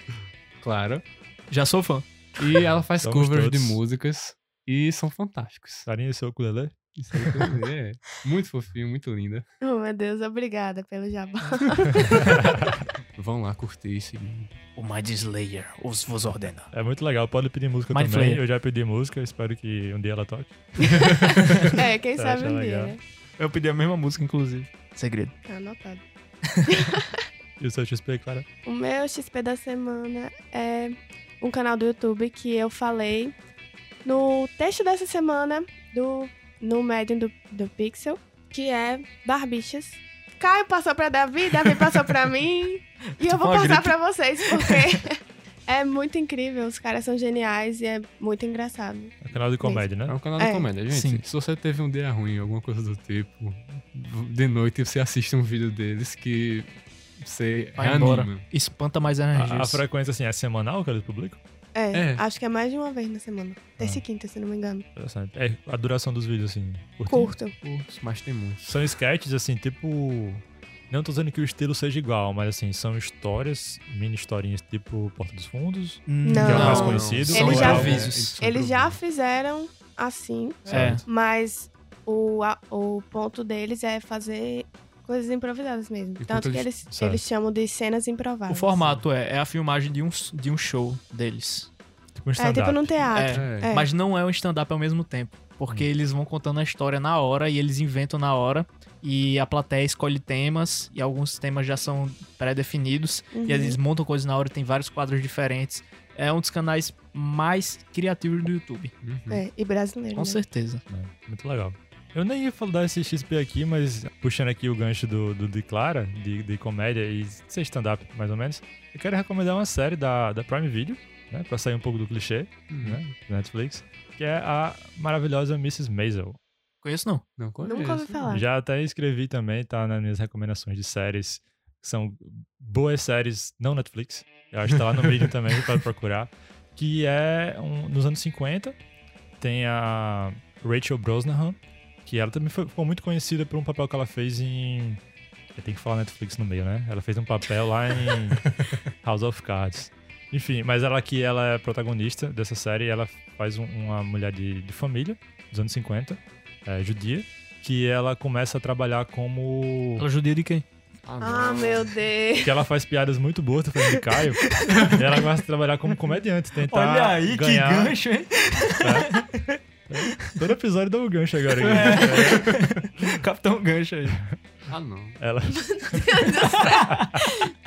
S2: Clara.
S3: Já sou fã.
S2: E ela faz
S1: Somos
S2: covers
S1: todos.
S2: de músicas e são fantásticos.
S1: Clarinha e seu ukulele?
S2: Isso aí que eu vi, é muito fofinho, muito linda.
S4: Oh, meu Deus, obrigada pelo jabá.
S2: Vão lá curtir e seguir.
S3: O Mind Slayer os vos ordena.
S1: É muito legal, pode pedir música
S3: Mind
S1: também.
S3: Flayer.
S1: Eu já pedi música, espero que um dia ela toque.
S4: É, quem sabe um
S1: Acha
S4: dia,
S1: legal.
S4: né?
S3: Eu pedi a mesma música, inclusive. Segredo.
S4: Tá anotado.
S1: E o seu XP, Clara?
S4: O meu XP da semana é um canal do YouTube que eu falei no texto dessa semana do no Medium do, do Pixel, que é Barbichas. Caio passou pra Davi, Davi passou pra mim. E eu vou
S3: uma
S4: passar
S3: gripe.
S4: pra vocês, porque é muito incrível. Os caras são geniais e é muito engraçado.
S1: É canal de comédia,
S2: É
S1: né?
S2: um canal de
S4: É.
S2: comédia, gente.
S3: Sim.
S2: Se você teve um dia ruim, alguma coisa do tipo, de noite você assiste um vídeo deles que você
S3: Vai É
S2: reanima.
S3: embora. Espanta mais
S1: A, a
S3: energias.
S1: frequência, assim, é semanal que eles publicam?
S4: É,
S2: É.
S4: acho que é mais de uma vez na semana. Terça e quinta, se não me engano.
S1: Interessante. É, a duração dos vídeos, assim, curtinho.
S4: Curto.
S2: Putz, mas tem muito.
S1: São sketches, assim, tipo... Não tô dizendo que o estilo seja igual, mas, assim, são histórias, mini historinhas, tipo Porta dos Fundos.
S4: Não.
S1: Que é o mais
S4: Não.
S1: conhecido.
S4: Eles já-
S3: improvisos.
S4: Eles já fizeram assim,
S3: É.
S4: mas o, a- o ponto deles é fazer coisas improvisadas mesmo.
S2: E
S4: Tanto
S2: ponto
S4: que
S2: de-
S4: eles,
S1: certo.
S4: eles chamam de cenas
S3: O
S4: improváveis.
S3: formato é, é a filmagem de um, de um show deles.
S1: Tipo um
S4: É
S1: stand-up.
S4: tipo num teatro.
S2: É.
S4: É.
S3: Mas não é um stand-up ao mesmo tempo. Porque eles vão contando a história na hora e eles inventam na hora. E a plateia escolhe temas e alguns temas já são pré-definidos.
S4: Uhum.
S3: E eles montam coisas na hora, tem vários quadros diferentes. É um dos canais mais criativos do YouTube,
S2: Uhum.
S4: É, e brasileiro.
S3: com
S4: né?
S3: certeza.
S1: É, muito legal. Eu nem ia falar da SXP aqui, mas puxando aqui o gancho do, do de Clara, de, de comédia e ser stand-up, mais ou menos, eu quero recomendar uma série da, da Prime Video, né? Pra sair um pouco do clichê,
S2: Uhum.
S4: É.
S1: né? Da Netflix, que é a maravilhosa Mrs. Maisel.
S3: Conheço não.
S2: Não conheço.
S4: Nunca ouvi falar.
S1: Já até escrevi também, tá nas minhas recomendações de séries. que São boas séries, não Netflix. Eu acho que tá lá no vídeo também para procurar. Que é um- nos anos 50. Tem a Rachel Brosnahan, que ela também foi- ficou muito conhecida por um papel que ela fez em. Eu tenho que falar Netflix no meio, né? Ela fez um papel lá em House of Cards. Enfim, mas ela que ela é protagonista dessa série, ela faz um- uma mulher de, de família, dos anos 50, é, judia, que ela começa a trabalhar como.
S3: Ela é judia de quem?
S4: Ah, meu Deus.
S1: Que ela faz piadas muito boas, tô falando de Caio. e ela começa a trabalhar como comediante, tentar.
S3: Tá
S1: ganhar...
S3: hein?
S1: Todo episódio dá um gancho agora. É.
S3: Capitão Gancho aí.
S2: Ah, não.
S1: Ela.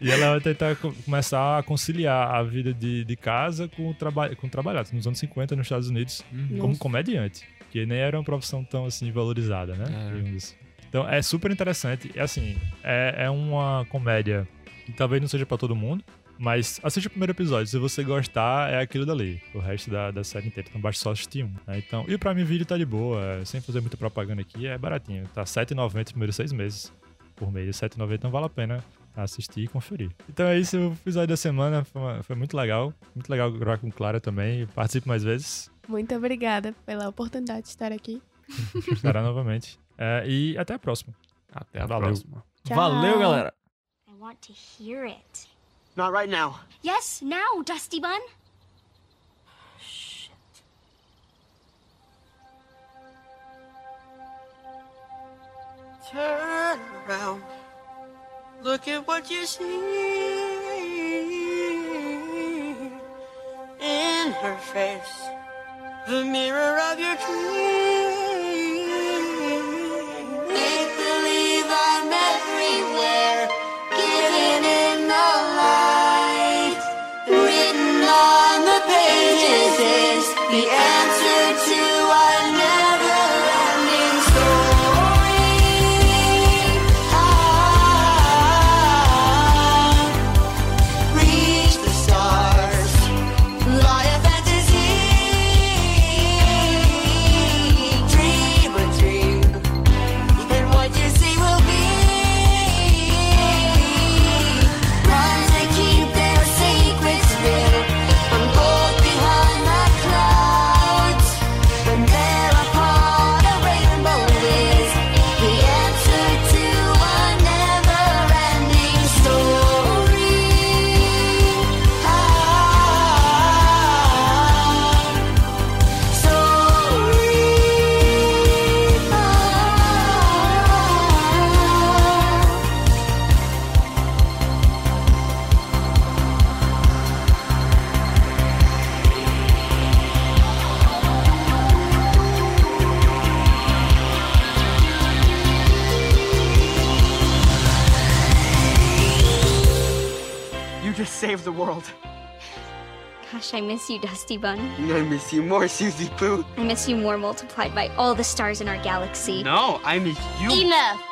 S1: e ela vai tentar co- começar a conciliar a vida de, de casa com o trabalho, com o trabalhar. Nos anos 50, nos Estados Unidos, como
S4: Nossa.
S1: comediante, que nem era uma profissão tão assim valorizada, né?
S2: É.
S1: Digamos assim. Então é super interessante. É assim, é, é uma comédia que talvez não seja pra todo mundo, mas assiste o primeiro episódio. Se você gostar, é aquilo dali. O resto da, da série inteira. Então basta só assistir um. né? Então, e o Prime Video tá de boa, é, sem fazer muita propaganda aqui, é baratinho. Tá R$ 7,90 nos primeiros seis meses por mês. R$ 7,90 não então vale a pena assistir e conferir. Então é isso, o episódio da semana foi, uma- foi muito legal. Muito legal gravar com Clara também. Participe mais vezes
S4: Muito obrigada pela oportunidade de estar aqui.
S1: estará novamente. É, e até a próxima.
S2: Até a
S1: Valeu.
S2: próxima.
S4: Tchau.
S3: Valeu, galera.
S7: I want to hear it.
S5: Not right now.
S7: Yes, now, Dusty Bun.
S5: Turn around. Look at what you see. In her face, the mirror of your dream. Make believe I'm everywhere. Getting in the light. Written on the pages is the answer to a never ending story. I Ah, reach the stars, fly a fantasy, dream a dream, and what you see will be. Ones that keep their secrets real, I'm bold behind the clouds. When there upon a rainbow is the answer to a never-ending story. Ah, story. Ah.
S8: You just saved the world.
S7: Gosh, I miss you, Dusty Bun.
S8: And I miss you more, Susie Pooh.
S7: I miss you more multiplied by all the stars in our galaxy.
S8: No, I miss you.
S7: Enough!